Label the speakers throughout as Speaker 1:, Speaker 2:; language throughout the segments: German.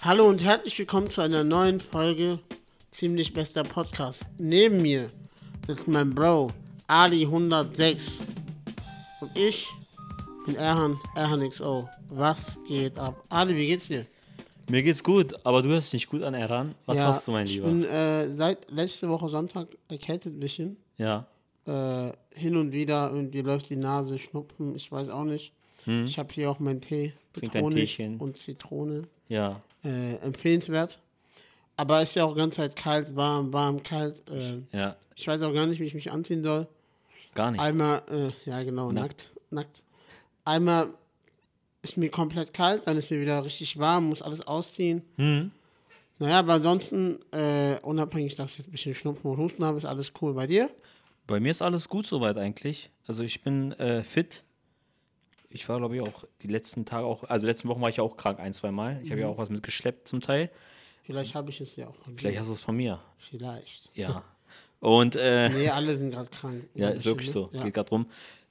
Speaker 1: Hallo und herzlich willkommen zu einer neuen Folge Ziemlich Bester Podcast. Neben mir sitzt mein Bro Ali106 und ich bin Erhan, Erhan XO. Was geht ab? Ali, wie geht's dir?
Speaker 2: Mir geht's gut, aber du hörst nicht gut an, Erhan. Was
Speaker 1: Ja,
Speaker 2: hast du, mein Lieber?
Speaker 1: Ich bin äh, seit letzte Woche Sonntag erkältet ein bisschen.
Speaker 2: ja.
Speaker 1: Äh, hin und wieder irgendwie läuft die Nase, Schnupfen, ich weiß auch nicht. Ich habe hier auch meinen Tee
Speaker 2: Hm. Trink
Speaker 1: mit
Speaker 2: dein
Speaker 1: Honig
Speaker 2: Teechen.
Speaker 1: und Zitrone.
Speaker 2: Ja.
Speaker 1: äh, empfehlenswert. Aber ist ja auch ganz halt kalt, warm, warm, kalt. Äh,
Speaker 2: Ja.
Speaker 1: ich weiß auch gar nicht, wie ich mich anziehen soll.
Speaker 2: Gar nicht.
Speaker 1: Einmal, äh, ja genau, nackt. nackt. Einmal ist mir komplett kalt, dann ist mir wieder richtig warm, muss alles ausziehen.
Speaker 2: Hm?
Speaker 1: Naja, aber ansonsten, äh, unabhängig, dass ich jetzt ein bisschen Schnupfen und Husten habe, ist alles cool bei dir.
Speaker 2: Bei mir ist alles gut soweit eigentlich. Also ich bin äh, fit. Ich war, glaube ich, auch die letzten Tage auch, also letzten Wochen war ich ja auch krank ein, zwei Mal. Ich habe
Speaker 1: Mhm.
Speaker 2: ja auch was mitgeschleppt zum Teil.
Speaker 1: Vielleicht habe ich es ja auch. von dir.
Speaker 2: Vielleicht hast du es von mir.
Speaker 1: Vielleicht.
Speaker 2: Ja. Und äh,
Speaker 1: Nee, alle sind gerade krank. ne?
Speaker 2: ja, ist wirklich so.
Speaker 1: Ja.
Speaker 2: Geht gerade rum.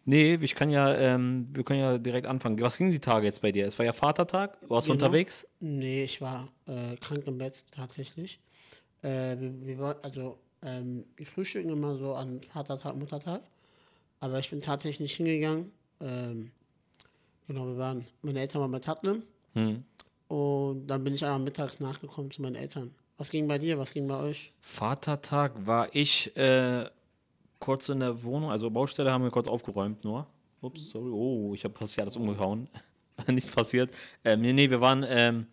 Speaker 2: Nee, ich kann ja, ähm, wir können ja direkt anfangen. Was ging die Tage jetzt bei dir? Es war ja Vatertag, warst du
Speaker 1: Genau.
Speaker 2: unterwegs?
Speaker 1: Nee, ich war äh, krank im Bett tatsächlich. Äh, wir, wir wollten, also, ähm, wir frühstücken immer so an Vatertag, Muttertag. Aber ich bin tatsächlich nicht hingegangen. Ähm, genau, wir waren, meine Eltern waren bei Tatnem.
Speaker 2: Hm.
Speaker 1: Und dann bin ich einmal mittags nachgekommen zu meinen Eltern. Was ging bei dir? Was ging bei euch?
Speaker 2: Vatertag war ich äh, kurz in der Wohnung, also Baustelle haben wir kurz aufgeräumt nur. Ups, sorry. Oh, ich habe fast alles umgehauen. Nichts passiert. Ähm, nee, nee, wir waren ein ähm,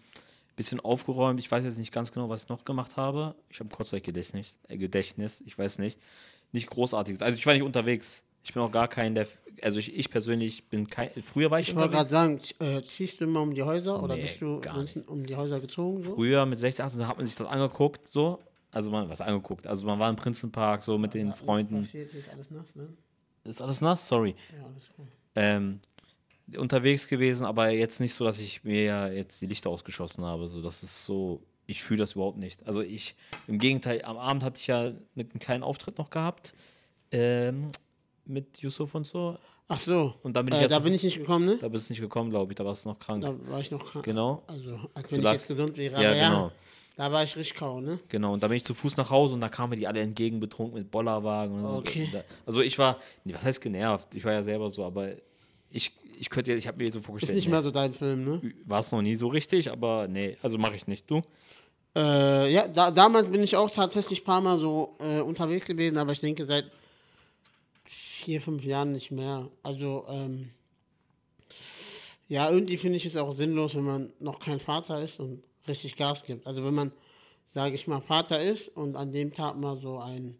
Speaker 2: bisschen aufgeräumt. Ich weiß jetzt nicht ganz genau, was ich noch gemacht habe. Ich habe kurz Gedächtnis, äh, Gedächtnis, ich weiß nicht. Nicht großartiges. Also ich war nicht unterwegs. Ich bin auch gar kein der. Also ich, ich persönlich bin kein. Früher war ich,
Speaker 1: Ich wollte
Speaker 2: unterwegs.
Speaker 1: gerade sagen, z- äh, ziehst du immer um die Häuser oder
Speaker 2: Nee,
Speaker 1: bist du
Speaker 2: gar
Speaker 1: sonst um die Häuser gezogen? So?
Speaker 2: Früher mit 16, 18 hat man sich das angeguckt, so. Also man was angeguckt. Also man war im Prinzenpark, so mit den
Speaker 1: Ja, nichts
Speaker 2: Freunden.
Speaker 1: Passiert, hier ist alles nass, ne?
Speaker 2: Ist alles nass, sorry.
Speaker 1: Ja, alles gut.
Speaker 2: ähm, unterwegs gewesen, aber jetzt nicht so, dass ich mir ja jetzt die Lichter ausgeschossen habe. So, das ist so, ich fühle das überhaupt nicht. Also ich, im Gegenteil, am Abend hatte ich ja ne- einen kleinen Auftritt noch gehabt ähm, mit Yusuf und so.
Speaker 1: Ach so.
Speaker 2: Und da bin ich
Speaker 1: äh,
Speaker 2: jetzt
Speaker 1: da
Speaker 2: auf-
Speaker 1: bin ich nicht gekommen, ne?
Speaker 2: Da bist du nicht gekommen, glaube ich, da warst du noch krank.
Speaker 1: Da war ich noch krank.
Speaker 2: Genau,
Speaker 1: Also, als wenn
Speaker 2: Du
Speaker 1: ich
Speaker 2: lagst-
Speaker 1: jetzt gesund wäre.
Speaker 2: Ja,
Speaker 1: aber ja,
Speaker 2: genau.
Speaker 1: Da war ich richtig kau, ne?
Speaker 2: genau. Und da bin ich zu Fuß nach Hause und da kamen mir die alle entgegen, betrunken mit Bollerwagen. Und
Speaker 1: Okay.
Speaker 2: Und da, also ich war, nee, was heißt genervt? Ich war ja selber so, aber ich, ich könnte, ja- ich habe mir so
Speaker 1: Ist
Speaker 2: vorgestellt,
Speaker 1: nicht mehr so dein Film, ne?
Speaker 2: war es noch nie so richtig, aber nee, also mache ich nicht. Du?
Speaker 1: Äh, ja, da, damals bin ich auch tatsächlich ein paar Mal so äh, unterwegs gewesen, aber ich denke seit vier, fünf Jahren nicht mehr. Also, ähm, ja, irgendwie finde ich es auch sinnlos, wenn man noch kein Vater ist und richtig Gas gibt. Also, wenn man, sage ich mal, Vater ist und an dem Tag mal so einen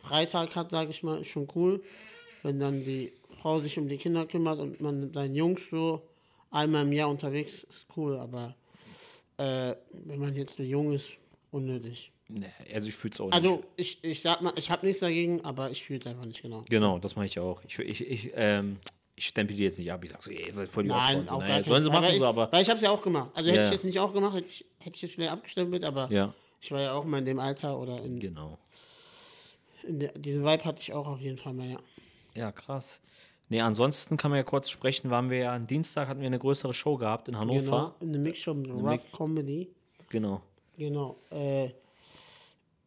Speaker 1: Freitag hat, sage ich mal, ist schon cool. Wenn dann die Frau sich um die Kinder kümmert und man mit seinen Jungs so einmal im Jahr unterwegs ist, cool, aber äh, wenn man jetzt so jung ist, unnötig.
Speaker 2: Nee, also ich fühle es auch nicht.
Speaker 1: Also ich, ich sag mal, ich habe nichts dagegen, aber ich fühle es einfach nicht genau.
Speaker 2: genau, das mache ich auch. Ich, ich, ich, ähm, ich stempel die jetzt nicht ab. Ich sage so, ey, ihr seid voll die Opfer. und
Speaker 1: gar
Speaker 2: so. naja,
Speaker 1: keinen
Speaker 2: sollen sie
Speaker 1: Fall. weil
Speaker 2: machen, so,
Speaker 1: ich,
Speaker 2: aber.
Speaker 1: Weil ich habe es ja auch gemacht. Also hätte
Speaker 2: Ja.
Speaker 1: ich es nicht auch gemacht, hätte ich, hätte ich es vielleicht abgestempelt, aber
Speaker 2: Ja,
Speaker 1: ich war ja auch mal in dem Alter oder in,
Speaker 2: genau.
Speaker 1: in der, diesen Vibe hatte ich auch auf jeden Fall mal, ja.
Speaker 2: Ja, krass. Nee, ansonsten kann man ja kurz sprechen. Waren wir ja am Dienstag, hatten wir eine größere Show gehabt in Hannover.
Speaker 1: Genau, in der Mixshow mit Rough Comedy.
Speaker 2: Genau.
Speaker 1: Genau. Äh,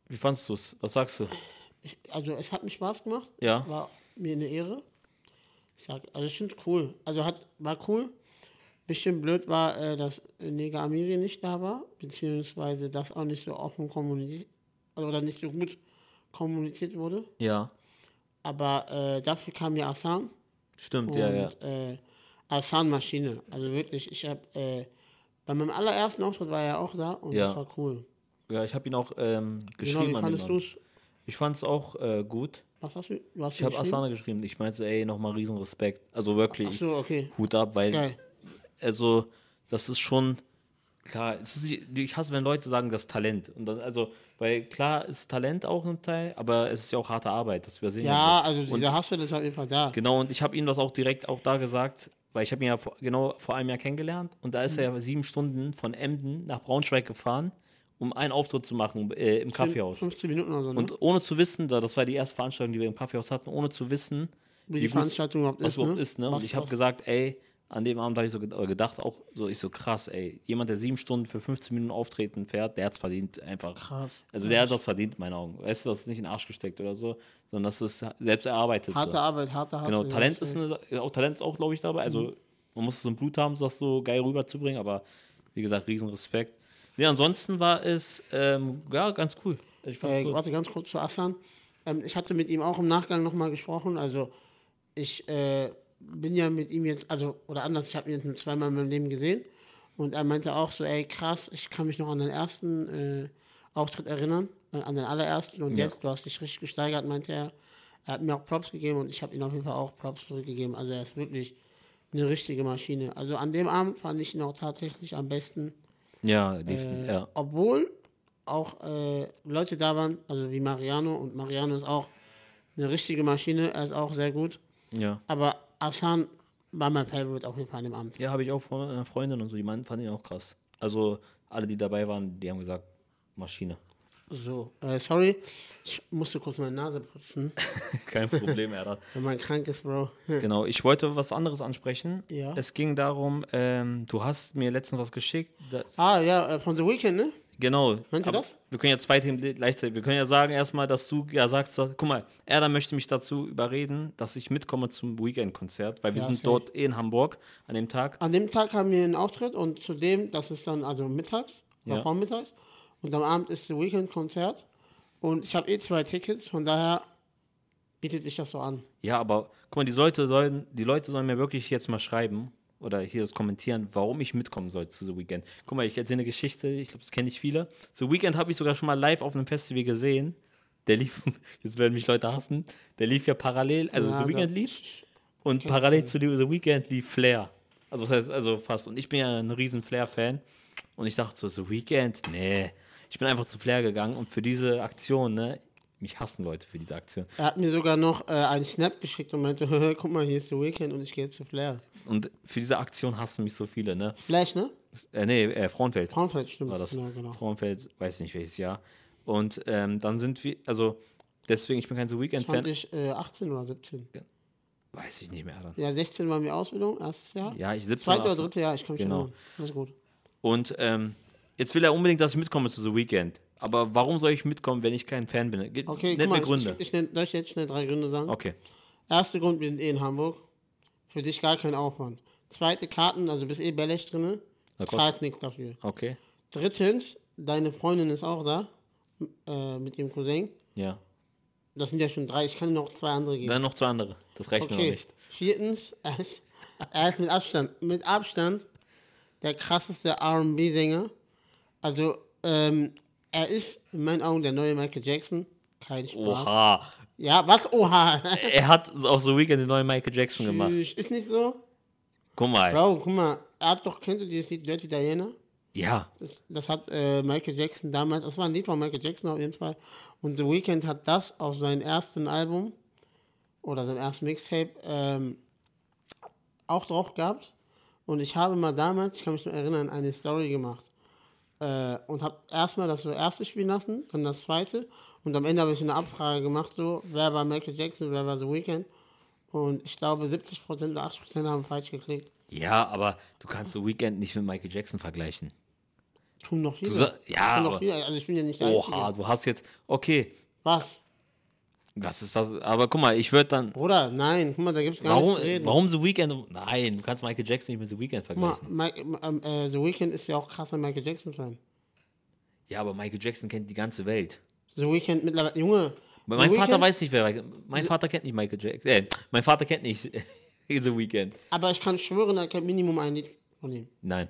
Speaker 2: Wie fandst du es? Was sagst du?
Speaker 1: ich, also es hat mir Spaß gemacht.
Speaker 2: Ja.
Speaker 1: War mir eine Ehre. Ich sag, also ich finde cool. Also hat, war cool. Bisschen blöd war, äh, dass Nega Amiri nicht da war, beziehungsweise dass auch nicht so offen kommuniziert, also, oder nicht so gut kommuniziert wurde.
Speaker 2: Ja.
Speaker 1: Aber äh, dafür kam ja Asan
Speaker 2: Stimmt,
Speaker 1: und
Speaker 2: ja, ja.
Speaker 1: äh, Asan Maschine. Also wirklich, ich habe äh, bei meinem allerersten Auftritt war er auch da und
Speaker 2: Ja.
Speaker 1: das war cool.
Speaker 2: Ja, ich habe ihn auch ähm,
Speaker 1: Genau,
Speaker 2: geschrieben
Speaker 1: wie
Speaker 2: an den
Speaker 1: fandest du
Speaker 2: Mann.
Speaker 1: es?
Speaker 2: Ich fand es auch äh, gut.
Speaker 1: Was hast du? du hast
Speaker 2: Ich habe
Speaker 1: geschrieben?
Speaker 2: Asana geschrieben. Ich meinte, so, ey, nochmal riesen Respekt. Also wirklich.
Speaker 1: Ach so, okay.
Speaker 2: Hut ab, weil
Speaker 1: Geil.
Speaker 2: also das ist schon klar. Es ist, nicht- ich hasse, wenn Leute sagen, das Talent. Und dann, also, weil klar ist Talent auch ein Teil, aber es ist ja auch harte Arbeit, das übersehen. wir
Speaker 1: Ja,
Speaker 2: so.
Speaker 1: also dieser Hassel ist auf jeden Fall da.
Speaker 2: Genau, und ich habe ihm das auch direkt auch da gesagt, weil ich habe ihn ja vor, genau vor einem Jahr kennengelernt und da ist er
Speaker 1: Mhm.
Speaker 2: ja sieben Stunden von Emden nach Braunschweig gefahren, um einen Auftritt zu machen äh, im Kaffeehaus.
Speaker 1: 15 Minuten oder so. Ne?
Speaker 2: Und ohne zu wissen, da das war die erste Veranstaltung, die wir im Kaffeehaus hatten, ohne zu wissen,
Speaker 1: wie die
Speaker 2: gut-
Speaker 1: Veranstaltung überhaupt
Speaker 2: was
Speaker 1: ist.
Speaker 2: überhaupt
Speaker 1: ne?
Speaker 2: ist. Ne? Und
Speaker 1: Was-
Speaker 2: ich habe
Speaker 1: was-
Speaker 2: gesagt, ey, An dem Abend habe ich so ged- äh, gedacht, auch so, ich so krass, ey. Jemand, der sieben Stunden für 15 Minuten auftreten fährt, der hat es verdient, einfach.
Speaker 1: Krass.
Speaker 2: Also der hat das verdient, in meinen Augen. Weißt du, das ist nicht in den Arsch gesteckt oder so, sondern das ist selbst erarbeitet.
Speaker 1: Harte
Speaker 2: so.
Speaker 1: Arbeit, harte Hass.
Speaker 2: Genau,
Speaker 1: ja, Mhm.
Speaker 2: Talent ist
Speaker 1: deswegen.
Speaker 2: eine, Sa- auch Talent ist auch, glaube ich, dabei. Also man muss es im Blut haben, das so geil rüberzubringen, aber wie gesagt, riesen Respekt. Nee, ansonsten war es ähm, ja ganz cool. Ich fand's
Speaker 1: Äh,
Speaker 2: gut.
Speaker 1: warte ganz kurz zu Aslan. Ähm, ich hatte mit ihm auch im Nachgang nochmal gesprochen. Also ich äh, bin ja mit ihm jetzt, also oder anders, ich habe ihn jetzt nur zweimal in meinem Leben gesehen. Und er meinte auch so, ey krass, ich kann mich noch an den ersten äh, Auftritt erinnern, äh, an den allerersten. Und
Speaker 2: Ja.
Speaker 1: jetzt, du hast dich richtig gesteigert, meinte er. Er hat mir auch Props gegeben und ich habe ihm auf jeden Fall auch Props zurückgegeben. Also er ist wirklich eine richtige Maschine. Also an dem Abend fand ich ihn auch tatsächlich am besten.
Speaker 2: Ja, definitiv.
Speaker 1: Äh,
Speaker 2: ja.
Speaker 1: Obwohl auch äh, Leute da waren, also wie Mariano, und Mariano ist auch eine richtige Maschine, er ist auch sehr gut.
Speaker 2: ja.
Speaker 1: Aber Asan war mein Favorite auf jeden Fall an dem Abend.
Speaker 2: Ja, habe ich auch von einer Freundin und so, die meinten, fanden ihn auch krass. Also alle, die dabei waren, die haben gesagt, Maschine.
Speaker 1: So, äh, sorry, ich musste kurz meine Nase putzen,
Speaker 2: Kein Problem, Errat.
Speaker 1: wenn man krank ist, Bro.
Speaker 2: Genau, ich wollte was anderes ansprechen.
Speaker 1: Ja.
Speaker 2: Es ging darum, ähm, du hast mir letztens was geschickt. Das,
Speaker 1: ah ja, äh, von The Weeknd, ne?
Speaker 2: genau.
Speaker 1: Meint ihr
Speaker 2: Aber
Speaker 1: das?
Speaker 2: Wir können ja zwei Themen gleichzeitig. Wir können ja sagen erstmal, dass du ja sagst, dass, guck mal, Erda möchte mich dazu überreden, dass ich mitkomme zum Weekend-Konzert, weil wir
Speaker 1: Ja,
Speaker 2: sind
Speaker 1: safe.
Speaker 2: dort eh in Hamburg an dem Tag.
Speaker 1: An dem Tag haben wir einen Auftritt und zudem, das ist dann also mittags oder
Speaker 2: Ja.
Speaker 1: vormittags und am Abend ist The Weekend-Konzert und ich habe eh zwei Tickets, von daher bietet sich das so an.
Speaker 2: Ja, aber guck mal, die Leute sollen, die Leute sollen mir wirklich jetzt mal schreiben oder hier das kommentieren, warum ich mitkommen soll zu The Weeknd. Guck mal, ich erzähle eine Geschichte, ich glaube, das kenne nicht viele. The Weeknd habe ich sogar schon mal live auf einem Festival gesehen. Der lief, jetzt werden mich Leute hassen, der lief ja parallel, also
Speaker 1: Ja,
Speaker 2: The Weeknd
Speaker 1: da-
Speaker 2: lief und parallel zu The Weeknd lief Flair. Also was heißt, also fast. Und ich bin ja ein riesen Flair-Fan. Und ich dachte so, The Weeknd? Nee. Ich bin einfach zu Flair gegangen und für diese Aktion, ne, mich hassen Leute für diese Aktion.
Speaker 1: Er hat mir sogar noch äh, einen Snap geschickt und meinte, guck mal, hier ist The Weekend und ich gehe zu Flair.
Speaker 2: Und für diese Aktion hassen mich so viele, ne?
Speaker 1: Flash, ne?
Speaker 2: Äh, nee, äh, Frauenfeld
Speaker 1: Braunfeld, stimmt.
Speaker 2: war Ah, das.
Speaker 1: Genau, genau.
Speaker 2: Frauenfeld, weiß nicht welches Jahr. Und ähm, dann sind wir, also deswegen, ich bin kein so
Speaker 1: Fand
Speaker 2: Weekend-Fan.
Speaker 1: ich äh, 18 oder 17.
Speaker 2: Weiß ich nicht mehr. Dann.
Speaker 1: Ja, 16 waren wir Ausbildung, erstes Jahr.
Speaker 2: Ja, ich 17.
Speaker 1: Zweite oder
Speaker 2: 18.
Speaker 1: dritte Jahr, ich kann mich
Speaker 2: Genau.
Speaker 1: erinnern. Alles gut.
Speaker 2: Und ähm, jetzt will er unbedingt, dass ich mitkomme zu The Weekend. Aber warum soll ich mitkommen, wenn ich kein Fan bin? Ge-
Speaker 1: Okay, guck
Speaker 2: Nenn
Speaker 1: mal,
Speaker 2: mir Gründe.
Speaker 1: ich, ich, ich nenn, soll ich jetzt schnell drei Gründe sagen?
Speaker 2: okay.
Speaker 1: Erster Grund, wir sind eh in Hamburg. Für dich gar kein Aufwand. Zweite Karten, also bist eh Bellech drinne.
Speaker 2: Na, kostet-
Speaker 1: Zahlst nichts dafür.
Speaker 2: Okay.
Speaker 1: Drittens, deine Freundin ist auch da. m- Äh, mit ihrem Cousin.
Speaker 2: Ja.
Speaker 1: Das sind ja schon drei. Ich kann dir noch zwei andere geben.
Speaker 2: Dann noch zwei andere. Das reicht mir noch nicht.
Speaker 1: Viertens, er ist, er ist mit Abstand, mit Abstand der krasseste RB-Sänger. Also, ähm, er ist in meinen Augen der neue Michael Jackson. Kein Spaß.
Speaker 2: Oha.
Speaker 1: Ja, was? Oha.
Speaker 2: Er hat auf The Weekend den neuen Michael Jackson gemacht.
Speaker 1: Tschüss. ist nicht so?
Speaker 2: Guck mal.
Speaker 1: Bro, guck mal, er hat doch, kennst du dieses Lied Dirty Diana?
Speaker 2: Ja.
Speaker 1: Das, das hat äh, Michael Jackson damals, das war ein Lied von Michael Jackson auf jeden Fall. Und The Weeknd hat das auf seinem ersten Album oder seinem ersten Mixtape ähm, auch drauf gehabt. Und ich habe mal damals, ich kann mich noch erinnern, eine Story gemacht. Äh, und habe erstmal das so erste spielen lassen, dann das zweite. Und am Ende habe ich eine Abfrage gemacht, so, wer war Michael Jackson, wer war The Weeknd. Und ich glaube, 70% oder 80% haben falsch geklickt.
Speaker 2: Ja, aber du kannst The Weekend nicht mit Michael Jackson vergleichen.
Speaker 1: Tun noch viele.
Speaker 2: sa- ja,
Speaker 1: Tun noch
Speaker 2: aber-
Speaker 1: viele. Also ich bin ja nicht der
Speaker 2: Oha,
Speaker 1: Einzige.
Speaker 2: du hast jetzt. Okay,
Speaker 1: Was?
Speaker 2: was ist das? Aber guck mal, ich würde dann.
Speaker 1: Bruder, nein, guck mal, da gibt's gar
Speaker 2: Warum,
Speaker 1: nichts zu reden.
Speaker 2: warum The Weekend? Nein, du kannst Michael Jackson nicht mit The Weekend
Speaker 1: Guck mal,
Speaker 2: vergleichen.
Speaker 1: Mike, ähm, äh, The Weeknd ist ja auch krasser Michael Jackson-Fan.
Speaker 2: Ja, aber Michael Jackson kennt die ganze Welt.
Speaker 1: The Weeknd mittlerweile, Junge.
Speaker 2: Weil
Speaker 1: The
Speaker 2: Mein Vater
Speaker 1: Weeknd-
Speaker 2: weiß nicht, wer. Mein Vater kennt nicht Michael Jackson. Äh, mein Vater kennt nicht The Weekend.
Speaker 1: Aber ich kann schwören, er kennt Minimum ein Lied von ihm.
Speaker 2: Nein,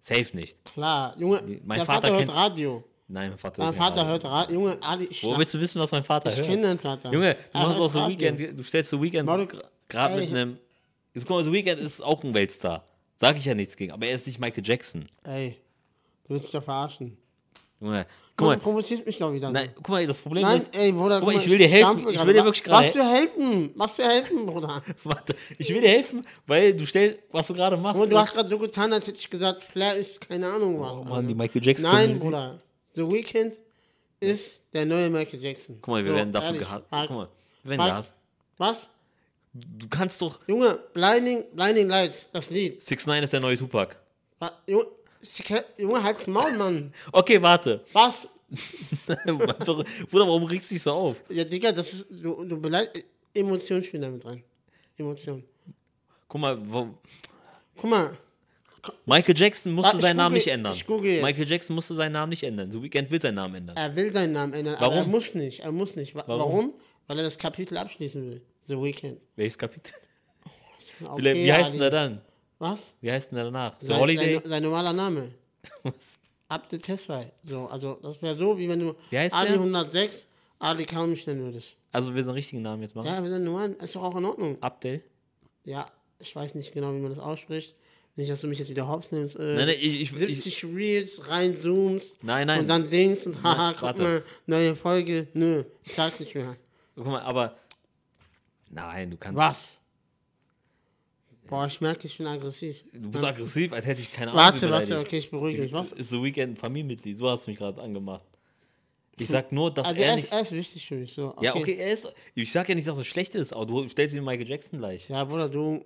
Speaker 2: safe nicht.
Speaker 1: Klar, Junge,
Speaker 2: mein
Speaker 1: mein der
Speaker 2: Vater
Speaker 1: Vater, hört
Speaker 2: kennt-
Speaker 1: Radio.
Speaker 2: Nein, mein Vater.
Speaker 1: Mein
Speaker 2: kennt
Speaker 1: Vater
Speaker 2: alle.
Speaker 1: hört Radio. Junge, Ali, ich,
Speaker 2: Wo
Speaker 1: schlag-
Speaker 2: willst du wissen, was mein Vater
Speaker 1: ich
Speaker 2: hört?
Speaker 1: kenne deinen Vater.
Speaker 2: Junge, du
Speaker 1: Er
Speaker 2: machst
Speaker 1: hört
Speaker 2: auch so
Speaker 1: Radio.
Speaker 2: Weekend, du stellst so Weekend
Speaker 1: Mario-
Speaker 2: gerade mit
Speaker 1: Ey.
Speaker 2: einem. Jetzt guck mal, so Weekend ist auch ein Weltstar. Sag ich ja nichts gegen, aber er ist nicht Michael Jackson.
Speaker 1: Ey, du willst dich doch verarschen. Guck mal,
Speaker 2: Junge, guck
Speaker 1: du
Speaker 2: mal,
Speaker 1: provozierst mich doch wieder.
Speaker 2: nein, guck mal, das Problem
Speaker 1: Nein,
Speaker 2: ist.
Speaker 1: ey, Bruder,
Speaker 2: guck mal, ich will dir helfen.
Speaker 1: stampfe
Speaker 2: Ich
Speaker 1: gerade.
Speaker 2: will dir wirklich gerade
Speaker 1: Was dir helfen? Was dir helfen, Bruder?
Speaker 2: Warte, ich will dir helfen, weil du stellst, was du gerade machst.
Speaker 1: Und du
Speaker 2: ist-
Speaker 1: hast gerade so getan, als hätte ich gesagt, Flair ist keine Ahnung was.
Speaker 2: Oh
Speaker 1: Alter.
Speaker 2: Mann, die Michael Jackson.
Speaker 1: Nein, Bruder. The Weeknd ist der neue Michael Jackson.
Speaker 2: Guck mal, wir
Speaker 1: So,
Speaker 2: werden dafür
Speaker 1: ehrlich, Halt.
Speaker 2: gehasst.
Speaker 1: Fakt.
Speaker 2: Guck mal, wir werden
Speaker 1: Fakt.
Speaker 2: gehasst.
Speaker 1: Was?
Speaker 2: Du kannst doch.
Speaker 1: Junge, Blinding, Blinding Lights, das Lied.
Speaker 2: 6 9 ist der neue Tupac.
Speaker 1: Wa- Junge, Sie ke- Junge, halt's Maul, Mann.
Speaker 2: Okay, warte.
Speaker 1: Was?
Speaker 2: Bruder, warum regst du dich so auf?
Speaker 1: Ja, Digga, das ist, du, du beleidigst, Emotionen spielen damit rein. Emotionen.
Speaker 2: Guck mal, wo,
Speaker 1: Guck mal,
Speaker 2: Michael Jackson musste
Speaker 1: Ah, ich
Speaker 2: seinen Namen
Speaker 1: google-
Speaker 2: nicht ändern.
Speaker 1: ich google jetzt.
Speaker 2: Michael Jackson musste seinen Namen nicht ändern. So Weekend will seinen Namen ändern.
Speaker 1: er will seinen Namen ändern, aber
Speaker 2: Warum?
Speaker 1: er muss nicht, er muss nicht. Wa-
Speaker 2: Warum?
Speaker 1: Warum? Weil er das Kapitel abschließen will. The Weeknd.
Speaker 2: Welches Kapitel?
Speaker 1: Okay,
Speaker 2: Wie- Wie heißt denn
Speaker 1: Ali.
Speaker 2: der dann?
Speaker 1: Was?
Speaker 2: Wie heißt denn der danach? The
Speaker 1: Sein,
Speaker 2: Holiday?
Speaker 1: Sein, sein normaler Name.
Speaker 2: Was?
Speaker 1: Abdel Tesfaye. So, also das wäre so, wie wenn du
Speaker 2: Wie heißt
Speaker 1: Ali
Speaker 2: der?
Speaker 1: 106 Ali kaum nicht nennen würdest.
Speaker 2: Also wir sind richtigen Namen jetzt machen.
Speaker 1: Ja, Äh, aber dann nur ein. Ist doch auch in Ordnung.
Speaker 2: Abdel?
Speaker 1: Ja, ich weiß nicht genau, wie man das ausspricht. Nicht, dass du mich jetzt wieder hops nimmst. Äh,
Speaker 2: Nein, nein, ich, ich, ich,
Speaker 1: 70 Reels, reinzoomst.
Speaker 2: Nein, nein.
Speaker 1: Und dann singst und haha, guck
Speaker 2: warte.
Speaker 1: mal, neue Folge. Nö, ich sag's nicht mehr.
Speaker 2: guck mal, aber nein, du kannst.
Speaker 1: Was? Boah, ich merke, ich bin aggressiv.
Speaker 2: Du bist aggressiv, als hätte ich keine Ahnung.
Speaker 1: Warte,
Speaker 2: wie
Speaker 1: warte,
Speaker 2: beleidigt.
Speaker 1: okay, ich beruhige mich. Was?
Speaker 2: Ist so Weekend ein Familienmitglied, so hast du mich gerade angemacht. Ich sag nur, dass
Speaker 1: Also,
Speaker 2: er
Speaker 1: er
Speaker 2: nicht.
Speaker 1: ist, er ist wichtig für mich. So, okay.
Speaker 2: ja, okay, er ist. Ich sag ja nicht, dass er schlecht ist, aber du stellst ihn Michael Jackson gleich.
Speaker 1: Ja, Bruder, du,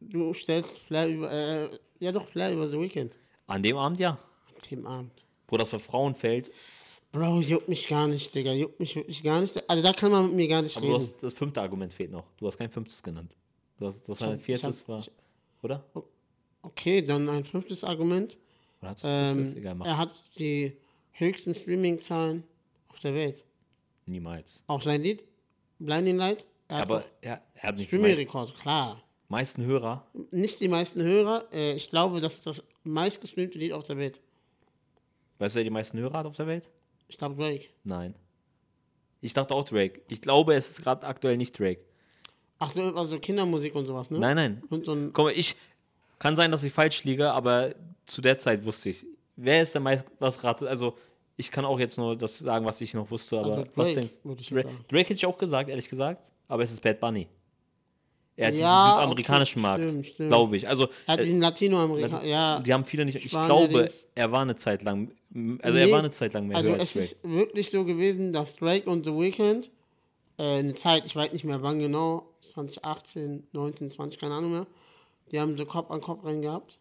Speaker 1: du stellst Flair über, äh, ja doch, Flair über The Weekend.
Speaker 2: An dem Abend ja.
Speaker 1: Dem Abend.
Speaker 2: Bruder, das war Frauenfeld.
Speaker 1: Bro, juckt mich gar nicht, Digga. Juckt mich wirklich gar nicht. Also da kann man mit mir gar nicht
Speaker 2: Aber du
Speaker 1: reden.
Speaker 2: hast, das fünfte Argument fehlt noch. Du hast kein fünftes genannt. Du hast, das war dein
Speaker 1: hab- ich
Speaker 2: viertes,
Speaker 1: hab-
Speaker 2: war. Oder?
Speaker 1: Okay, dann ein fünftes Argument.
Speaker 2: Oder hast du ein fünftes?
Speaker 1: Ähm,
Speaker 2: Egal, mach.
Speaker 1: er hat die höchsten Streaming-Zahlen auf der Welt.
Speaker 2: Niemals.
Speaker 1: Auch sein Lied, Blinding Light, er hat
Speaker 2: Aber
Speaker 1: auch
Speaker 2: er, er hat nicht die mei-
Speaker 1: Streaming-Rekord, klar.
Speaker 2: meisten Hörer.
Speaker 1: Nicht die meisten Hörer. Äh, ich glaube, das ist das meistgestreamte Lied auf der Welt.
Speaker 2: Weißt du, wer die meisten Hörer hat auf der Welt?
Speaker 1: Ich glaube, Drake.
Speaker 2: Nein. Ich dachte auch Drake. Ich glaube, es ist gerade aktuell nicht Drake.
Speaker 1: Ach so, also Kindermusik und sowas, ne?
Speaker 2: Nein, nein.
Speaker 1: Und so ein
Speaker 2: Guck mal, ich kann sein, dass ich falsch liege, aber zu der Zeit wusste ich, wer ist der meist was rate? Also, ich kann auch jetzt nur das sagen, was ich noch wusste, aber
Speaker 1: Also
Speaker 2: was
Speaker 1: Drake,
Speaker 2: denkst du?
Speaker 1: würde ich
Speaker 2: Drake,
Speaker 1: sagen.
Speaker 2: Drake hätte ich auch gesagt, ehrlich gesagt, aber es ist Bad Bunny. Er hat
Speaker 1: Ja,
Speaker 2: diesen südamerikanischen
Speaker 1: okay,
Speaker 2: Markt,
Speaker 1: stimmt, stimmt.
Speaker 2: glaube ich. Also,
Speaker 1: Er hat
Speaker 2: äh,
Speaker 1: den Latinoamerikaner. Ja,
Speaker 2: die haben viele nicht. Ich
Speaker 1: Spanier,
Speaker 2: glaube,
Speaker 1: Dings.
Speaker 2: er war eine Zeit lang, also er
Speaker 1: Nee,
Speaker 2: war eine Zeit lang mehr
Speaker 1: also
Speaker 2: höher als
Speaker 1: es
Speaker 2: Drake.
Speaker 1: ist wirklich so gewesen, dass Drake und The Weeknd äh, eine Zeit, ich weiß nicht mehr wann genau, 2018, 19, 20, keine Ahnung mehr, die haben so Kopf an Kopf rein gehabt,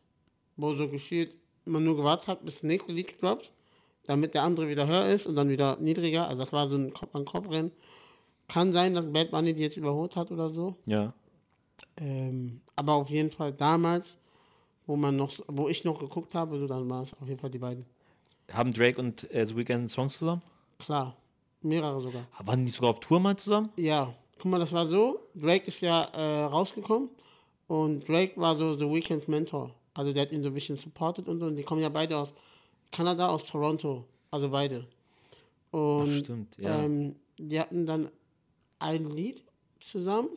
Speaker 1: wo so gefühlt man nur gewartet hat, bis das nächste Lied droppt, damit der andere wieder höher ist und dann wieder niedriger. Also das war so ein Kopf an Kopf rennen. Kann sein, dass Bad Bunny die jetzt überholt hat oder so.
Speaker 2: Ja.
Speaker 1: Ähm, aber auf jeden Fall damals, wo man noch, wo ich noch geguckt habe, so dann waren es auf jeden Fall die beiden.
Speaker 2: Haben Drake und äh, The Weeknd Songs zusammen?
Speaker 1: Klar, mehrere sogar.
Speaker 2: Waren die sogar auf Tour mal zusammen?
Speaker 1: Ja, guck mal, das war so. Drake ist ja äh, rausgekommen und Drake war so The Weeknd's Mentor. Also der hat ihn so ein bisschen supported und so. Und die kommen ja beide aus Kanada, aus Toronto. Also beide. Und
Speaker 2: Ach, stimmt, ja.
Speaker 1: ähm, die hatten dann ein Lied zusammen.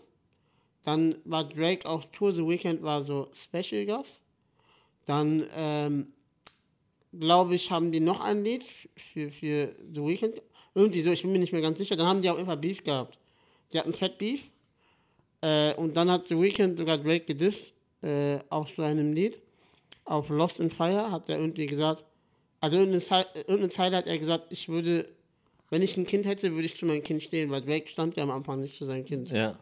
Speaker 1: Dann war Drake auf Tour, The Weeknd war so Special Guest. Dann, ähm, glaube ich, haben die noch ein Lied für, für The Weeknd. Irgendwie so, ich bin mir nicht mehr ganz sicher. Dann haben die auf jeden Fall Beef gehabt. Die hatten Fat Beef. Äh, und dann hat The Weeknd sogar Drake gedisst äh, auf so einem Lied. Auf Lost in Fire hat er irgendwie gesagt, also irgendeine, Zei irgendeine Zeile hat er gesagt, ich würde, wenn ich ein Kind hätte, würde ich zu meinem Kind stehen, weil Drake stand ja am Anfang nicht zu seinem Kind.
Speaker 2: Ja.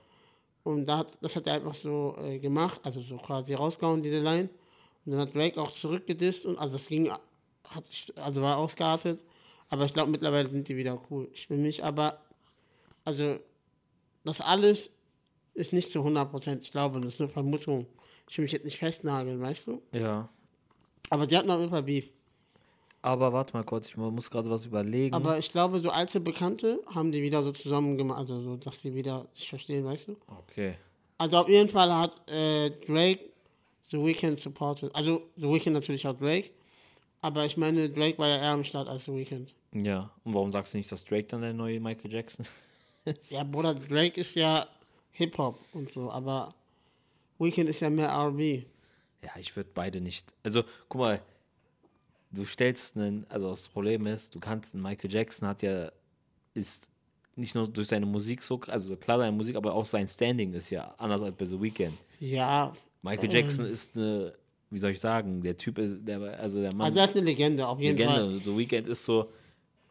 Speaker 1: Und da hat, das hat er einfach so äh, gemacht, also so quasi rausgehauen, diese Line. Und dann hat Drake auch zurückgedisst und also das ging, hat, also war ausgeartet. Aber ich glaube, mittlerweile sind die wieder cool. Ich will mich aber, also das alles ist nicht zu 100%, ich glaube, das ist nur Vermutung. Ich will mich jetzt nicht festnageln, weißt du?
Speaker 2: Ja.
Speaker 1: Aber die hatten auf jeden Fall Beef.
Speaker 2: Aber warte mal kurz, ich muss gerade was überlegen.
Speaker 1: Aber ich glaube, so alte Bekannte haben die wieder so zusammen gemacht, also so, dass die wieder sich verstehen, weißt du?
Speaker 2: okay.
Speaker 1: Also auf jeden Fall hat äh, Drake The Weeknd supported. Also The Weeknd natürlich auch Drake. Aber ich meine, Drake war ja eher am Start als The Weeknd.
Speaker 2: Ja. Und warum sagst du nicht, dass Drake dann der neue Michael Jackson? ist?
Speaker 1: Ja, Bruder, Drake ist ja Hip-Hop und so, aber Weeknd ist ja mehr R&B.
Speaker 2: ja, ich würde beide nicht. Also, guck mal, du stellst einen, also das Problem ist, du kannst, Michael Jackson hat ja, ist nicht nur durch seine Musik so, also klar seine Musik, aber auch sein Standing ist ja anders als bei The Weeknd.
Speaker 1: Ja, Mhm.
Speaker 2: Michael Jackson ist eine, wie soll ich sagen, der Typ ist, der, also der Mann.
Speaker 1: also er ist eine Legende, auf jeden Fall.
Speaker 2: Legende. The Weeknd ist so,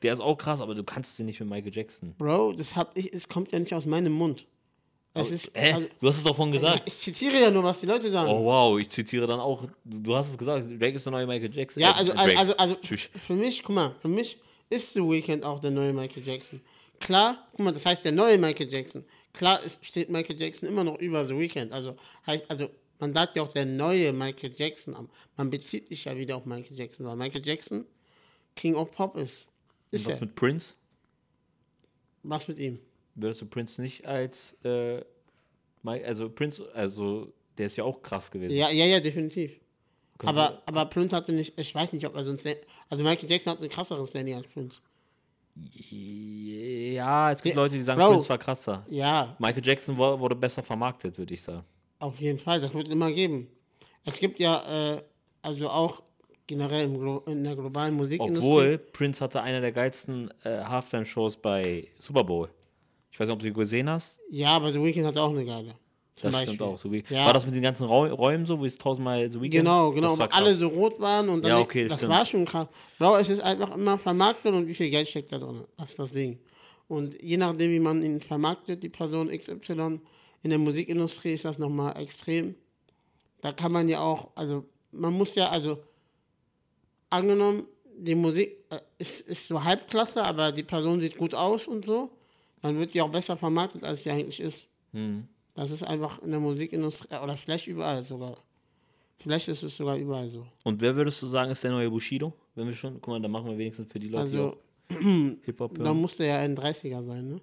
Speaker 2: der ist auch krass, aber du kannst sie nicht mit Michael Jackson.
Speaker 1: Bro, das hab ich, es kommt ja nicht aus meinem Mund. Es ist,
Speaker 2: Hä?
Speaker 1: also,
Speaker 2: du hast es doch vorhin gesagt.
Speaker 1: ich zitiere ja nur, was die Leute sagen.
Speaker 2: Oh wow, ich zitiere dann auch. Du hast es gesagt, Drake ist der neue Michael Jackson.
Speaker 1: Ja,
Speaker 2: Äh,
Speaker 1: also, also,
Speaker 2: Drake.
Speaker 1: also, also
Speaker 2: Tschüss.
Speaker 1: für mich, guck mal, für mich ist The Weeknd auch der neue Michael Jackson. Klar, guck mal, das heißt der neue Michael Jackson. Klar ist, steht Michael Jackson immer noch über The Weeknd. Also, heißt, also man sagt ja auch der neue Michael Jackson. am- Man bezieht sich ja wieder auf Michael Jackson, weil Michael Jackson King of Pop ist. Ist
Speaker 2: Und was
Speaker 1: er.
Speaker 2: mit Prince?
Speaker 1: Was mit ihm?
Speaker 2: Würdest du Prince nicht als. Äh, Mi- also Prince, also der ist ja auch krass gewesen.
Speaker 1: Ja, ja, ja, definitiv.
Speaker 2: Könnte-
Speaker 1: aber, aber Prince hatte nicht, ich weiß nicht, ob er sonst, also Michael Jackson hat einen krasseren Standing als Prince.
Speaker 2: ja, es gibt
Speaker 1: Ja,
Speaker 2: Leute, die sagen,
Speaker 1: Bro.
Speaker 2: Prince war krasser.
Speaker 1: Ja,
Speaker 2: Michael Jackson wo- wurde besser vermarktet, würde ich sagen.
Speaker 1: Auf jeden Fall, das wird immer geben. Es gibt ja, äh, also auch generell im Glo in der globalen Musikindustrie.
Speaker 2: Obwohl Prince hatte eine der geilsten äh, Halftime-Shows bei Super Bowl. Ich weiß nicht, ob du die gesehen hast.
Speaker 1: Ja, aber The Weeknd hat auch eine geile.
Speaker 2: Das
Speaker 1: zum
Speaker 2: stimmt auch. So wie,
Speaker 1: Ja.
Speaker 2: War das mit den ganzen Räu- Räumen so, wo es tausendmal so wie
Speaker 1: Genau, genau,
Speaker 2: Das war
Speaker 1: aber
Speaker 2: krass.
Speaker 1: alle so rot waren und dann
Speaker 2: Ja, okay,
Speaker 1: das
Speaker 2: stimmt.
Speaker 1: war schon krass. Bro, es ist einfach immer vermarktet und wie viel Geld steckt da drin. Das ist das Ding. Und je nachdem, wie man ihn vermarktet, die Person XY, in der Musikindustrie ist das nochmal extrem. Da kann man ja auch, also man muss ja, also angenommen, die Musik äh, ist, ist so halbklasse, aber die Person sieht gut aus und so, dann wird die auch besser vermarktet, als sie eigentlich ist.
Speaker 2: Hm.
Speaker 1: Das ist einfach in der Musikindustrie, äh, oder vielleicht überall sogar. Vielleicht ist es sogar überall so.
Speaker 2: Und wer würdest du sagen, ist der neue Bushido? Wenn wir schon, guck mal, dann machen wir wenigstens für die Leute,
Speaker 1: Also,
Speaker 2: die auch Hip-Hop
Speaker 1: da
Speaker 2: hören.
Speaker 1: muss der ja ein 30er sein, ne?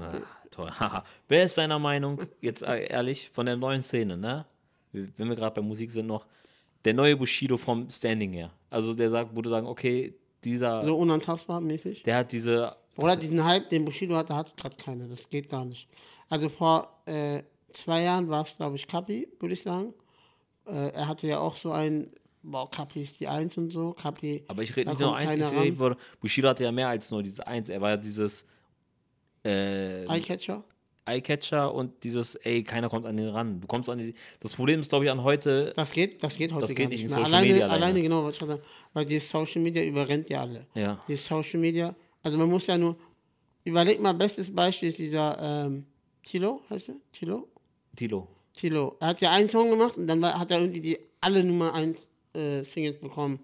Speaker 2: Ah, toll. Haha. wer ist deiner Meinung, jetzt äh, ehrlich, von der neuen Szene, ne? Wenn wir gerade bei Musik sind noch, der neue Bushido vom Standing her. Also der sagt, würde sagen, okay, dieser,
Speaker 1: So unantastbar mäßig.
Speaker 2: der hat diese,
Speaker 1: Oder diesen Hype, den Bushido hatte, hat gerade keiner. Das geht gar nicht. Also vor äh, zwei Jahren war es, glaube ich, Kapi, würde ich sagen. Äh, er hatte ja auch so einen, boah, Kapi ist die Eins und so. Kapi,
Speaker 2: aber ich rede
Speaker 1: da
Speaker 2: nicht nur
Speaker 1: kommt
Speaker 2: eins,
Speaker 1: keiner
Speaker 2: ich rede, von- Bushido hatte ja mehr als nur dieses eins, er war ja dieses äh,
Speaker 1: ran. Eyecatcher.
Speaker 2: Eyecatcher und dieses, ey, keiner kommt an den ran. Du kommst an die, das Problem ist, glaube ich, an heute,
Speaker 1: Das geht, das geht heute
Speaker 2: geht
Speaker 1: gar
Speaker 2: nicht
Speaker 1: nicht
Speaker 2: in
Speaker 1: mehr.
Speaker 2: Social
Speaker 1: alleine,
Speaker 2: Media
Speaker 1: alleine,
Speaker 2: alleine.
Speaker 1: genau, was ich gerade sagen. Weil die Social Media überrennt ja alle.
Speaker 2: ja.
Speaker 1: Die Social Media, also man muss ja nur, überleg mal, bestes Beispiel ist dieser ähm, Tilo, heißt er? Tilo?
Speaker 2: Tilo.
Speaker 1: Tilo. Er hat ja einen Song gemacht und dann war, hat er irgendwie die alle Nummer 1 äh, Singles bekommen.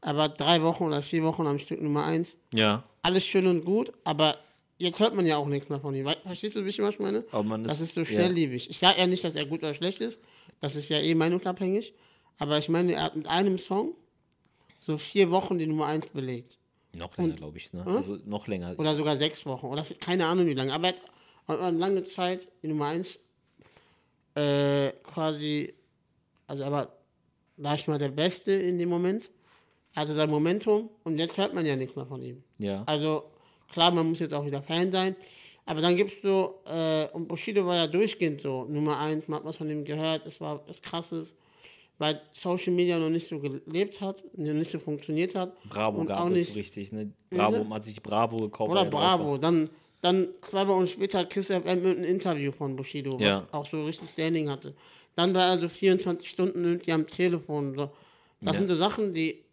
Speaker 1: Aber drei Wochen oder vier Wochen am Stück Nummer 1.
Speaker 2: Ja.
Speaker 1: Alles schön und gut, aber jetzt hört man ja auch nichts mehr von ihm. Wei- Verstehst du, wie ich was ich meine?
Speaker 2: Aber man
Speaker 1: das
Speaker 2: ist-
Speaker 1: ist so
Speaker 2: ja.
Speaker 1: schnelllebig. Ich sage ja nicht, dass er gut oder schlecht ist. Das ist ja eh meinungsabhängig. Aber ich meine, er hat mit einem Song so vier Wochen die Nummer 1 belegt.
Speaker 2: Noch länger, glaube ich. Ne? Also noch länger.
Speaker 1: Hm? Oder sogar sechs Wochen. Oder f- keine Ahnung wie lange. Aber er hat eine lange Zeit die Nummer eins äh, quasi, also aber war ich mal der Beste in dem Moment. Er hatte sein Momentum und jetzt hört man ja nichts mehr von ihm.
Speaker 2: ja.
Speaker 1: Also klar, man muss jetzt auch wieder Fan sein. Aber dann gibt es so, äh, und Bushido war ja durchgehend so, Nummer eins, man hat was von ihm gehört, es war was Krasses, weil Social Media noch nicht so gelebt hat, noch nicht so funktioniert hat.
Speaker 2: Bravo
Speaker 1: und auch
Speaker 2: gab es
Speaker 1: nicht
Speaker 2: richtig. Ne? Bravo,
Speaker 1: Diese-
Speaker 2: man hat sich Bravo gekauft.
Speaker 1: oder
Speaker 2: weil er drauf war.
Speaker 1: Bravo. Dann, dann zwei Wochen später hat Chris FM ein Interview von Bushido, was
Speaker 2: Ja.
Speaker 1: auch so richtig Standing hatte. Dann war er so 24 Stunden irgendwie am Telefon. So. Das
Speaker 2: Ja.
Speaker 1: sind so Sachen, die,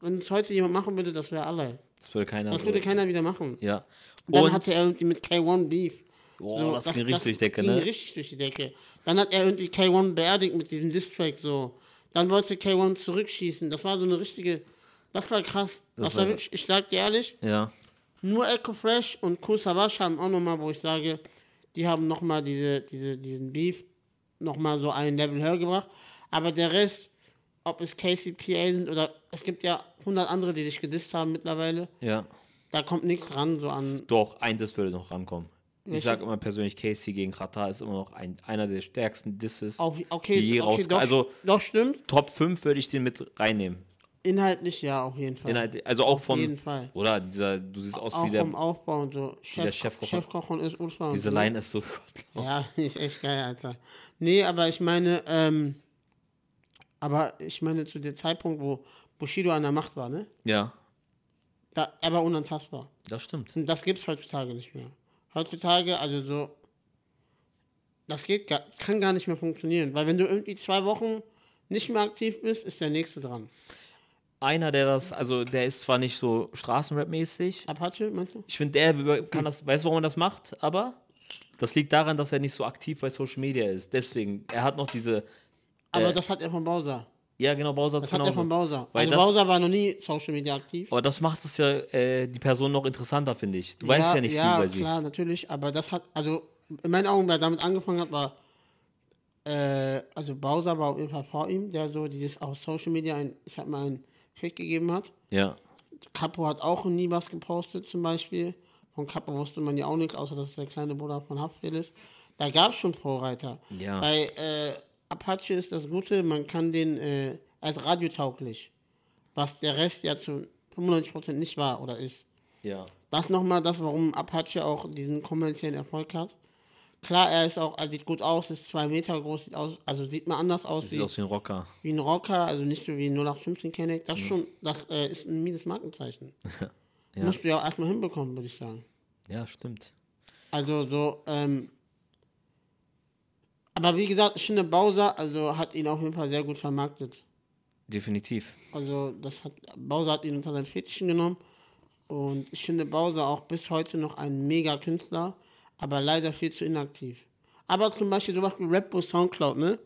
Speaker 1: wenn es heute jemand machen würde, das wäre alle.
Speaker 2: Das würde keiner.
Speaker 1: Das würde keiner wieder machen.
Speaker 2: Ja.
Speaker 1: Dann
Speaker 2: Und
Speaker 1: hatte er irgendwie mit K1 Beef.
Speaker 2: Oh, das ging richtig durch die Decke,
Speaker 1: ging
Speaker 2: ne?
Speaker 1: richtig durch die Decke. Dann hat er irgendwie K1 beerdigt mit diesem Distrack so. Dann wollte K1 zurückschießen. Das war so eine richtige. Das war krass. Das,
Speaker 2: Das
Speaker 1: war
Speaker 2: war-
Speaker 1: wirklich, ich sag dir ehrlich,
Speaker 2: ja.
Speaker 1: nur Echo Fresh und Kool Savas haben auch nochmal, wo ich sage, die haben nochmal diese, diese, diesen Beef nochmal so ein Level höher gebracht. Aber der Rest, ob es KCPA sind oder es gibt ja 100 andere, die sich gedisst haben mittlerweile,
Speaker 2: Ja.
Speaker 1: da kommt nichts ran so an.
Speaker 2: Doch, ein Diss würde noch rankommen. Ich
Speaker 1: Welche?
Speaker 2: sage immer persönlich, Casey gegen Katar ist immer noch ein, einer der stärksten Disses,
Speaker 1: Auf, okay,
Speaker 2: die je
Speaker 1: okay
Speaker 2: raus.
Speaker 1: doch,
Speaker 2: Also
Speaker 1: doch stimmt.
Speaker 2: Top 5 würde ich den mit reinnehmen.
Speaker 1: Inhaltlich ja, auf jeden Fall.
Speaker 2: Inhalt, also auch von.
Speaker 1: jeden Fall.
Speaker 2: Oder dieser, du siehst aus
Speaker 1: auch
Speaker 2: wie der.
Speaker 1: vom Aufbau und so. Chef,
Speaker 2: der
Speaker 1: Chefkoch,
Speaker 2: Chefkoch-
Speaker 1: und ist Ursula.
Speaker 2: Diese
Speaker 1: und so.
Speaker 2: Line ist so.
Speaker 1: Ja, ist echt geil, Alter. Nee, aber ich meine, ähm, aber ich meine zu dem Zeitpunkt, wo Bushido an der Macht war, ne?
Speaker 2: ja,
Speaker 1: Da, er war unantastbar.
Speaker 2: das stimmt.
Speaker 1: Und das gibt's heutzutage nicht mehr. Heutzutage, also so, das geht gar, kann gar nicht mehr funktionieren, weil wenn du irgendwie zwei Wochen nicht mehr aktiv bist, ist der nächste dran.
Speaker 2: Einer, der das, also der ist zwar nicht so Straßenrap-mäßig,
Speaker 1: Apache, meinst du? Hm.
Speaker 2: Ich finde, der kann das, weißt du, warum man das macht, aber Das liegt daran, dass er nicht so aktiv bei Social Media ist. Deswegen, er hat noch diese.
Speaker 1: Aber
Speaker 2: Äh,
Speaker 1: das hat er von Bowser.
Speaker 2: Ja, genau, Bowser ist
Speaker 1: Das hat er von
Speaker 2: genauso.
Speaker 1: Bowser.
Speaker 2: Weil
Speaker 1: also
Speaker 2: das-
Speaker 1: Bowser war noch nie Social Media aktiv.
Speaker 2: Aber das macht es ja äh, die Person noch interessanter, finde ich. Du weißt ja nicht
Speaker 1: ja,
Speaker 2: viel bei sie.
Speaker 1: klar, natürlich. Aber das hat, also in meinen Augen, wer damit angefangen hat, war, äh, also Bowser war auf jeden Fall vor ihm, der so dieses aus Social Media, ein, ich sag mal, einen Fick gegeben hat.
Speaker 2: Ja.
Speaker 1: Capo hat auch nie was gepostet, zum Beispiel. Von Capo wusste man ja auch nichts, außer dass der kleine Bruder von Haftbefehl ist. Da gab es schon Vorreiter.
Speaker 2: Ja.
Speaker 1: Bei äh, Apache ist das Gute, man kann den äh, als radiotauglich, was der Rest ja zu 95% nicht war oder ist.
Speaker 2: Ja.
Speaker 1: Das nochmal das, warum Apache auch diesen kommerziellen Erfolg hat. Klar, er ist auch, er sieht gut aus, ist zwei Meter groß, sieht aus, also sieht man anders aus,
Speaker 2: Sieht
Speaker 1: wie,
Speaker 2: aus wie ein Rocker.
Speaker 1: wie ein Rocker, also nicht so wie ein 0815 Kenneck. Das schon, das äh, ist ein mieses Markenzeichen.
Speaker 2: Ja.
Speaker 1: Musst du ja auch erstmal hinbekommen, würde ich sagen.
Speaker 2: Ja, stimmt.
Speaker 1: Also so, ähm, aber wie gesagt, ich finde Bowser, also hat ihn auf jeden Fall sehr gut vermarktet.
Speaker 2: Definitiv.
Speaker 1: Also das hat Bowser hat ihn unter seinen Fittichen genommen und ich finde Bowser auch bis heute noch ein mega Künstler, aber leider viel zu inaktiv. Aber zum Beispiel sowas wie Rap und Soundcloud, ne?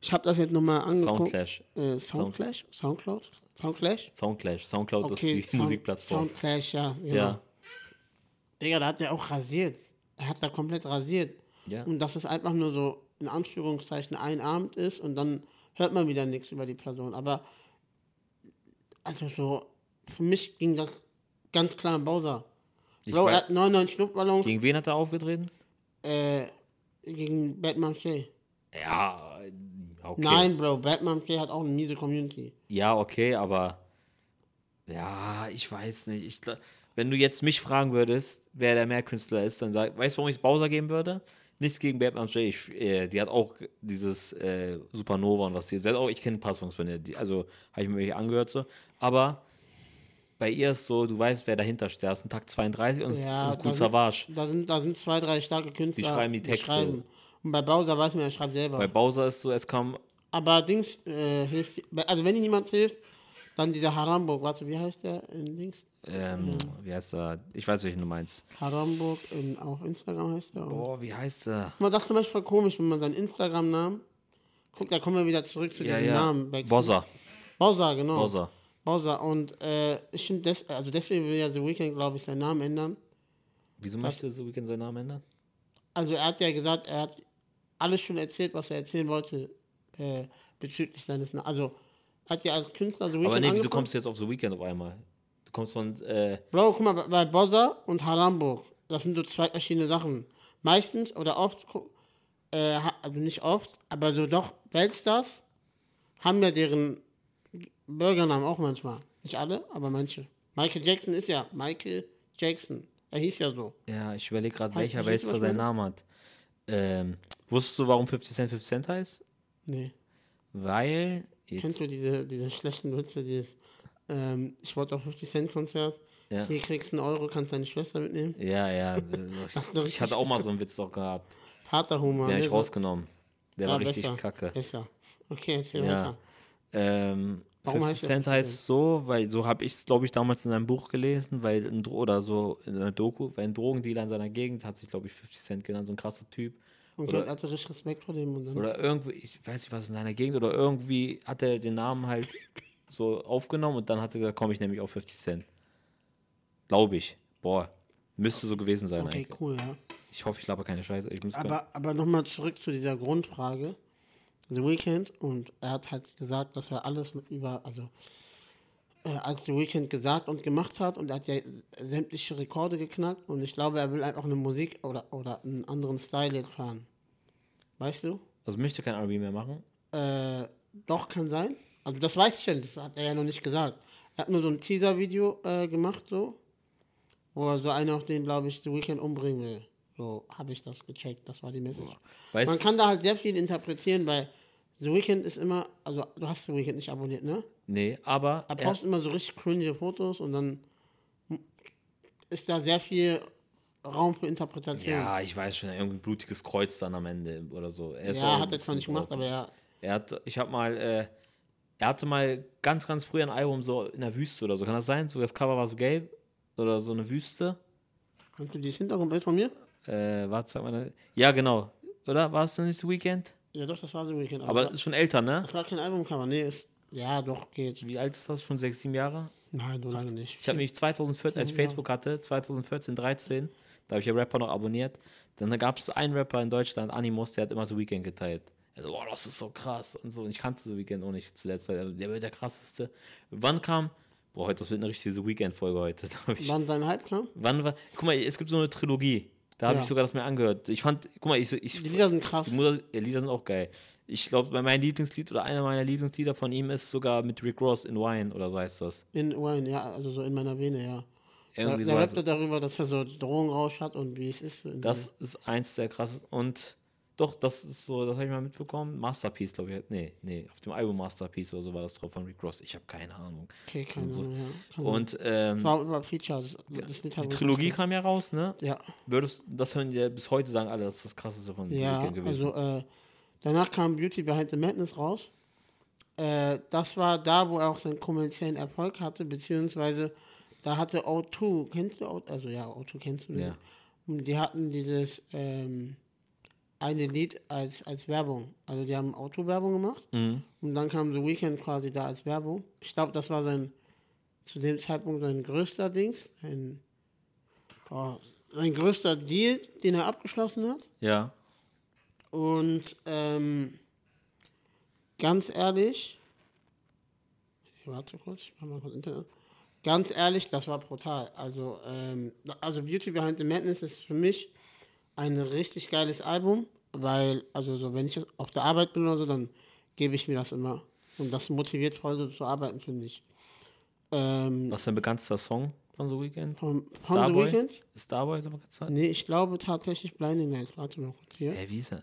Speaker 1: Ich habe das jetzt nochmal angeguckt.
Speaker 2: Soundclash.
Speaker 1: Äh, Soundclash? Soundcloud? Soundclash?
Speaker 2: Soundclash. Soundcloud ist die
Speaker 1: Sound-
Speaker 2: Musikplattform.
Speaker 1: Soundclash, ja. Genau.
Speaker 2: ja.
Speaker 1: Digga, da hat er auch rasiert. Er hat da komplett rasiert.
Speaker 2: Ja.
Speaker 1: Und dass es einfach nur so in Anführungszeichen ein Abend ist und dann hört man wieder nichts über die Person. Aber also so, für mich ging das ganz klar an Bowser.
Speaker 2: Ich
Speaker 1: Bro,
Speaker 2: weiß-
Speaker 1: er hat 99 Luftballons
Speaker 2: Gegen wen hat er aufgetreten?
Speaker 1: äh, gegen Batman Shea.
Speaker 2: Ja, äh, okay.
Speaker 1: Nein, Bro, Batman Shea hat auch eine miese Community.
Speaker 2: Ja, okay, aber ja, ich weiß nicht. Ich, gla- wenn du jetzt mich fragen würdest, wer der Mehrkünstler ist, dann sag, weißt du, warum ich Bowser geben würde? Nichts gegen Batman J. Ich, äh, die hat auch dieses äh, Supernova und was die selbst auch. Ich kenne ein paar Songs von der, die, also habe ich mir welche angehört so. Aber bei ihr ist so, du weißt, wer dahinter steht. Das ist ein Tag 32 und,
Speaker 1: Ja,
Speaker 2: und gut
Speaker 1: da sind-
Speaker 2: Savage.
Speaker 1: Da sind, da sind zwei, drei starke Künstler.
Speaker 2: schreiben die Texte.
Speaker 1: Und bei Bowser weiß man, er schreibt selber.
Speaker 2: Bei Bowser ist so, es kam
Speaker 1: Aber Dings äh, hilft, also wenn ihm jemand hilft, dann dieser Haramburg, warte, wie heißt der in Dings?
Speaker 2: ähm, wie heißt er? Ich weiß, welchen du meinst.
Speaker 1: Haramburg, in, auf Instagram heißt der. Guck
Speaker 2: Boah, wie heißt er?
Speaker 1: mal, das ist zum Beispiel voll komisch, wenn man seinen Instagram-Namen, guck, da kommen wir wieder zurück zu
Speaker 2: Ja,
Speaker 1: diesem
Speaker 2: ja.
Speaker 1: Namen. wechseln.
Speaker 2: Bowser.
Speaker 1: Bowser, genau.
Speaker 2: Bowser.
Speaker 1: Bowser. Und äh, ich finde, des, also deswegen will ja The Weeknd, glaube ich, seinen Namen ändern.
Speaker 2: Wieso möchte The Weeknd seinen Namen ändern?
Speaker 1: Also er hat ja gesagt, er hat alles schon erzählt, was er erzählen wollte äh, bezüglich seines Namens. Also er hat ja als Künstler The Weeknd
Speaker 2: Aber nee, wieso
Speaker 1: angefangen.
Speaker 2: kommst du jetzt auf The Weeknd auf einmal? Du kommst von, äh,
Speaker 1: Bro, guck mal, bei- bei Bozza und Haramburg, das sind so zwei verschiedene Sachen. Meistens oder oft, gu- äh, ha- also nicht oft, aber so doch, Weltstars haben ja deren Bürgernamen auch manchmal. Nicht alle, aber manche. Michael Jackson ist ja Michael Jackson. Er hieß ja so.
Speaker 2: ja, ich überlege gerade,
Speaker 1: Hi,
Speaker 2: welcher
Speaker 1: siehst du,
Speaker 2: Weltstar
Speaker 1: was
Speaker 2: seinen
Speaker 1: meine?
Speaker 2: Namen hat. Ähm, wusstest du, warum 50 Cent 50 Cent heißt?
Speaker 1: Nee.
Speaker 2: Weil,
Speaker 1: Kennst
Speaker 2: jetzt,
Speaker 1: du diese, diese schlechten Witze, dieses, ähm, ich wollte auf 50 Cent Konzert,
Speaker 2: Ja.
Speaker 1: hier kriegst du einen Euro, kannst deine Schwester mitnehmen.
Speaker 2: ja, ja,
Speaker 1: ist
Speaker 2: ich,
Speaker 1: doch
Speaker 2: ich hatte
Speaker 1: richtig-
Speaker 2: auch mal so einen Witz doch gehabt.
Speaker 1: Vaterhumor.
Speaker 2: Den habe
Speaker 1: ne?
Speaker 2: ich rausgenommen. Der
Speaker 1: Ja,
Speaker 2: war richtig
Speaker 1: Ah, besser,
Speaker 2: kacke.
Speaker 1: Besser. Okay, erzähl
Speaker 2: Ja.
Speaker 1: weiter.
Speaker 2: Ähm,
Speaker 1: Warum
Speaker 2: 50
Speaker 1: heißt er
Speaker 2: Cent
Speaker 1: 50
Speaker 2: heißt so, weil so habe ich es, glaube ich, damals in einem Buch gelesen, weil ein Dro oder so in einer Doku, weil ein Drogendealer in seiner Gegend hat sich, glaube ich, 50 Cent genannt, so ein krasser Typ.
Speaker 1: Und
Speaker 2: Oder-
Speaker 1: Gott hatte richtig Respekt vor dem und dann.
Speaker 2: Oder irgendwie, ich weiß nicht, was in seiner Gegend, oder irgendwie hat er den Namen halt so aufgenommen und dann hat er gesagt, komm, ich nehme mich auf 50 Cent. Glaube ich. Boah, müsste so gewesen sein
Speaker 1: okay,
Speaker 2: eigentlich.
Speaker 1: cool, ja.
Speaker 2: Ich hoffe, ich laber keine Scheiße. Ich muss
Speaker 1: Aber, aber nochmal zurück zu dieser Grundfrage. The Weeknd und er hat halt gesagt, dass er alles mit über, also äh, als The Weeknd gesagt und gemacht hat und er hat ja sämtliche Rekorde geknackt und ich glaube, er will einfach eine Musik oder, oder einen anderen Style jetzt fahren. Weißt du?
Speaker 2: also möchte kein RB mehr machen.
Speaker 1: Äh, doch, kann sein. Also das weiß ich ja nicht, das hat er ja noch nicht gesagt. Er hat nur so ein Teaser-Video äh, gemacht, so, wo er so einen auf den, glaube ich, The Weeknd umbringen will. So habe ich das gecheckt, das war die Message. Man
Speaker 2: Weißt du?
Speaker 1: kann da halt sehr viel interpretieren, weil The Weeknd ist immer, also du hast The Weeknd nicht abonniert, ne?
Speaker 2: Nee, aber
Speaker 1: Er
Speaker 2: er,
Speaker 1: postet immer so richtig cringe Fotos und dann ist da sehr viel Raum für Interpretation. Ja,
Speaker 2: ja, ich weiß schon, irgendwie ein blutiges Kreuz dann am Ende oder so. Er ist auch
Speaker 1: ja
Speaker 2: ein
Speaker 1: hat er zwar
Speaker 2: bisschen
Speaker 1: nicht gemacht,
Speaker 2: drauf.
Speaker 1: aber ja.
Speaker 2: Er hat, ich habe mal, äh, er hatte mal ganz, ganz früh ein Album so in der Wüste oder so. Kann das sein? So das Cover war so gelb oder so eine Wüste.
Speaker 1: Kannst du dieses Hintergrundbild von mir?
Speaker 2: Äh, was sagt man? da? Ja, genau. Oder war es denn das Weekend?
Speaker 1: Ja, doch, das war The Weeknd.
Speaker 2: Aber das ist schon älter, ne?
Speaker 1: das war kein Albumcover. Nee, ist. Ja, doch, geht.
Speaker 2: Wie alt ist das? Schon sechs, sieben Jahre?
Speaker 1: Nein, so lange nicht.
Speaker 2: Ich habe nämlich 2014, als ich Facebook hatte, 2014, 13, da habe ich ja Rapper noch abonniert. Dann gab es einen Rapper in Deutschland, Animus, der hat immer so Weekend geteilt. Also, boah, das ist so krass und so. Und ich kannte so Weekend auch nicht zuletzt. Also, Der wird der krasseste. Wann kam? Boah, heute, das wird eine richtige so Weekend-Folge heute. Da hab ich
Speaker 1: Wann dein Hype kam?
Speaker 2: Wann war. Guck mal, es gibt so eine Trilogie. Da habe
Speaker 1: Ja.
Speaker 2: ich sogar das mir angehört. Ich fand, guck mal, ich. ich
Speaker 1: Die Lieder sind krass.
Speaker 2: die Mutter, ja, Lieder sind auch geil. Ich glaube, mein Lieblingslied oder einer meiner Lieblingslieder von ihm ist sogar mit Rick Ross in Wine oder so heißt das.
Speaker 1: In Wayne, ja, also so in meiner Vene, ja. Der,
Speaker 2: Irgendwie so
Speaker 1: der
Speaker 2: heißt
Speaker 1: rappte darüber, dass er so Drogenrausch hat und wie es ist. in-
Speaker 2: Das ist eins der krassesten. Und doch, das ist so, das habe ich mal mitbekommen. Masterpiece, glaube ich. halt, Nee, nee, auf dem Album Masterpiece oder so war das drauf von Rick Ross. Ich habe keine Ahnung.
Speaker 1: okay, keine
Speaker 2: und so.
Speaker 1: Ahnung, ja. Kann sein.
Speaker 2: Und ähm,
Speaker 1: war über Features. Das Lied
Speaker 2: die Trilogie kam ja raus, ne?
Speaker 1: Ja,
Speaker 2: Würdest das hören ja bis heute sagen alle, das ist das krasseste von
Speaker 1: ja.
Speaker 2: Weeknd gewesen.
Speaker 1: Also äh, danach kam Beauty Behind the Madness raus. Äh, das war da, wo er auch seinen kommerziellen Erfolg hatte, beziehungsweise da hatte O2, kennst du O2? Also ja, O2 kennst du. ne?
Speaker 2: Ja.
Speaker 1: Und die hatten dieses ähm, eine Lied als, als Werbung. Also die haben Auto-Werbung gemacht.
Speaker 2: mhm.
Speaker 1: Und dann kam The Weeknd quasi da als Werbung. Ich glaube, das war sein, zu dem Zeitpunkt sein größter Dings, sein, oh, sein größter Deal, den er abgeschlossen hat.
Speaker 2: ja.
Speaker 1: Und ähm, ganz ehrlich, ich warte kurz, ich mach mal kurz Internet. Ganz ehrlich, das war brutal. Also, ähm, also Beauty Behind the Madness ist für mich ein richtig geiles Album, weil, also so, wenn ich auf der Arbeit bin oder so, dann gebe ich mir das immer. Und das motiviert voll so zu arbeiten, finde ich. Ähm,
Speaker 2: Was ist dein bekanntester Song von so Weekend?
Speaker 1: von, von The
Speaker 2: Starboy?
Speaker 1: Weeknd?
Speaker 2: Ist Starboy so bekannt?
Speaker 1: Nee, ich glaube tatsächlich Blinding Lights. Warte mal kurz hier.
Speaker 2: Ey, wie ist er?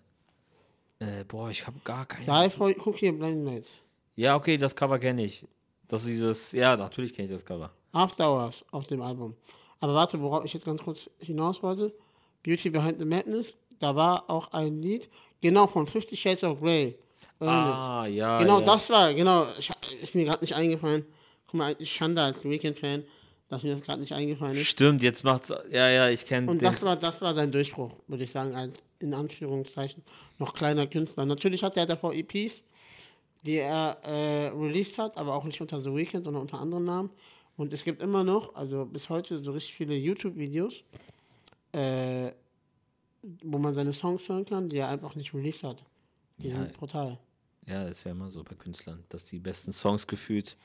Speaker 2: Äh, boah, ich habe gar keine.
Speaker 1: Da, guck hier, Blinding Lights.
Speaker 2: Ja, okay, das Cover kenne ich. Das ist dieses, ja, natürlich kenne ich das Cover.
Speaker 1: After Hours auf dem Album. Aber warte, worauf ich jetzt ganz kurz hinaus wollte. Beauty Behind the Madness, da war auch ein Lied, genau von 50 Shades of Grey. Earn It.
Speaker 2: Ah, ja.
Speaker 1: genau
Speaker 2: ja.
Speaker 1: das war, genau, ich, ist mir gerade nicht eingefallen. Guck mal, ich Schande als Weekend-Fan, dass mir das gerade nicht eingefallen ist.
Speaker 2: Stimmt, jetzt macht's. Ja, ja, ich kenne
Speaker 1: Und
Speaker 2: den.
Speaker 1: das war, das war sein Durchbruch, würde ich sagen, als in Anführungszeichen noch kleiner Künstler. Natürlich hat er davor EPs, die er äh, released hat, aber auch nicht unter The Weeknd, sondern unter anderen Namen. Und es gibt immer noch, also bis heute, so richtig viele YouTube-Videos, äh, wo man seine Songs hören kann, die er einfach nicht released hat. Die
Speaker 2: Ja.
Speaker 1: sind brutal.
Speaker 2: Ja, ist ja immer so bei Künstlern, dass die besten Songs gefühlt.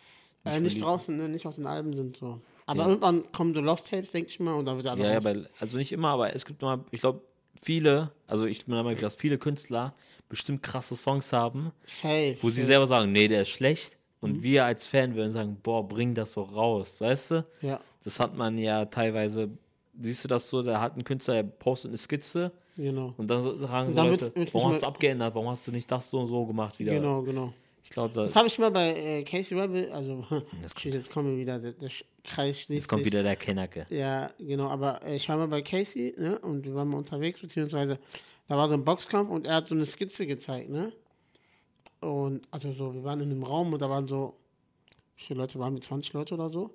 Speaker 1: Nicht, äh, nicht
Speaker 2: releasen.
Speaker 1: draußen, ne? nicht auf den Alben sind so. Aber
Speaker 2: Ja.
Speaker 1: irgendwann kommen so Lost Tapes, denke ich mal, und dann wird er aber
Speaker 2: Ja, ja,
Speaker 1: raus.
Speaker 2: weil, also nicht immer, aber es gibt immer, ich glaube, viele, also ich bin der Meinung, dass viele Künstler bestimmt krasse Songs haben,
Speaker 1: safe.
Speaker 2: wo sie selber sagen, nee, der ist schlecht.
Speaker 1: Mhm.
Speaker 2: Und wir als Fan würden sagen, boah, bring das doch raus, weißt du?
Speaker 1: Ja,
Speaker 2: Das hat man ja teilweise, siehst du das so, da hat ein Künstler, der postet eine Skizze
Speaker 1: genau.
Speaker 2: und dann sagen so
Speaker 1: dann wird-
Speaker 2: Leute,
Speaker 1: wird nicht
Speaker 2: warum hast
Speaker 1: mal-
Speaker 2: du abgeändert, warum hast du nicht das so und so gemacht wieder?
Speaker 1: Genau, genau.
Speaker 2: Ich glaube, da,
Speaker 1: Das habe ich mal bei äh, Casey Rebel, also
Speaker 2: Das kommt.
Speaker 1: jetzt kommen wir wieder, der, der Sch- Kreis schließt
Speaker 2: jetzt kommt
Speaker 1: sich.
Speaker 2: wieder der Kennacke.
Speaker 1: Ja, genau, aber äh, ich war mal bei Casey, ne, und wir waren mal unterwegs, beziehungsweise da war so ein Boxkampf und er hat so eine Skizze gezeigt, ne? Und also so, wir waren in einem Raum und da waren so, wie viele Leute waren mit 20 Leute oder so.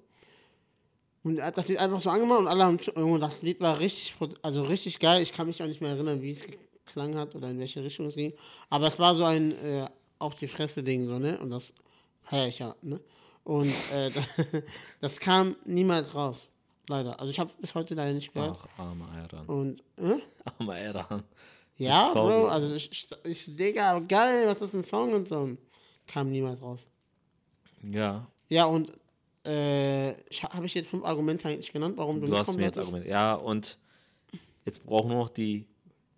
Speaker 1: Und er hat das Lied einfach so angemacht und alle haben, zu- Junge, das Lied war richtig, pro- also richtig geil. Ich kann mich auch nicht mehr erinnern, wie es geklangen hat oder in welche Richtung es ging. Aber es war so ein äh, auf die Fresse Ding, so, ne? Und das feier ich ja, ne? Und äh, das kam niemals raus, leider. Also ich habe bis heute leider nicht gehört.
Speaker 2: Ach, armer Ayran.
Speaker 1: Und, äh?
Speaker 2: Armer Ayran.
Speaker 1: Ja,
Speaker 2: Ist traurig.
Speaker 1: Bro, also ich, ich, ich Digga, geil, was ist ein Song und so. Kam niemals raus.
Speaker 2: Ja,
Speaker 1: Ja, und äh, habe ich jetzt fünf Argumente eigentlich genannt, warum du,
Speaker 2: du
Speaker 1: nicht
Speaker 2: hast
Speaker 1: kommen
Speaker 2: mir jetzt
Speaker 1: solltest?
Speaker 2: Argumente. Ja, und jetzt brauchen nur noch die,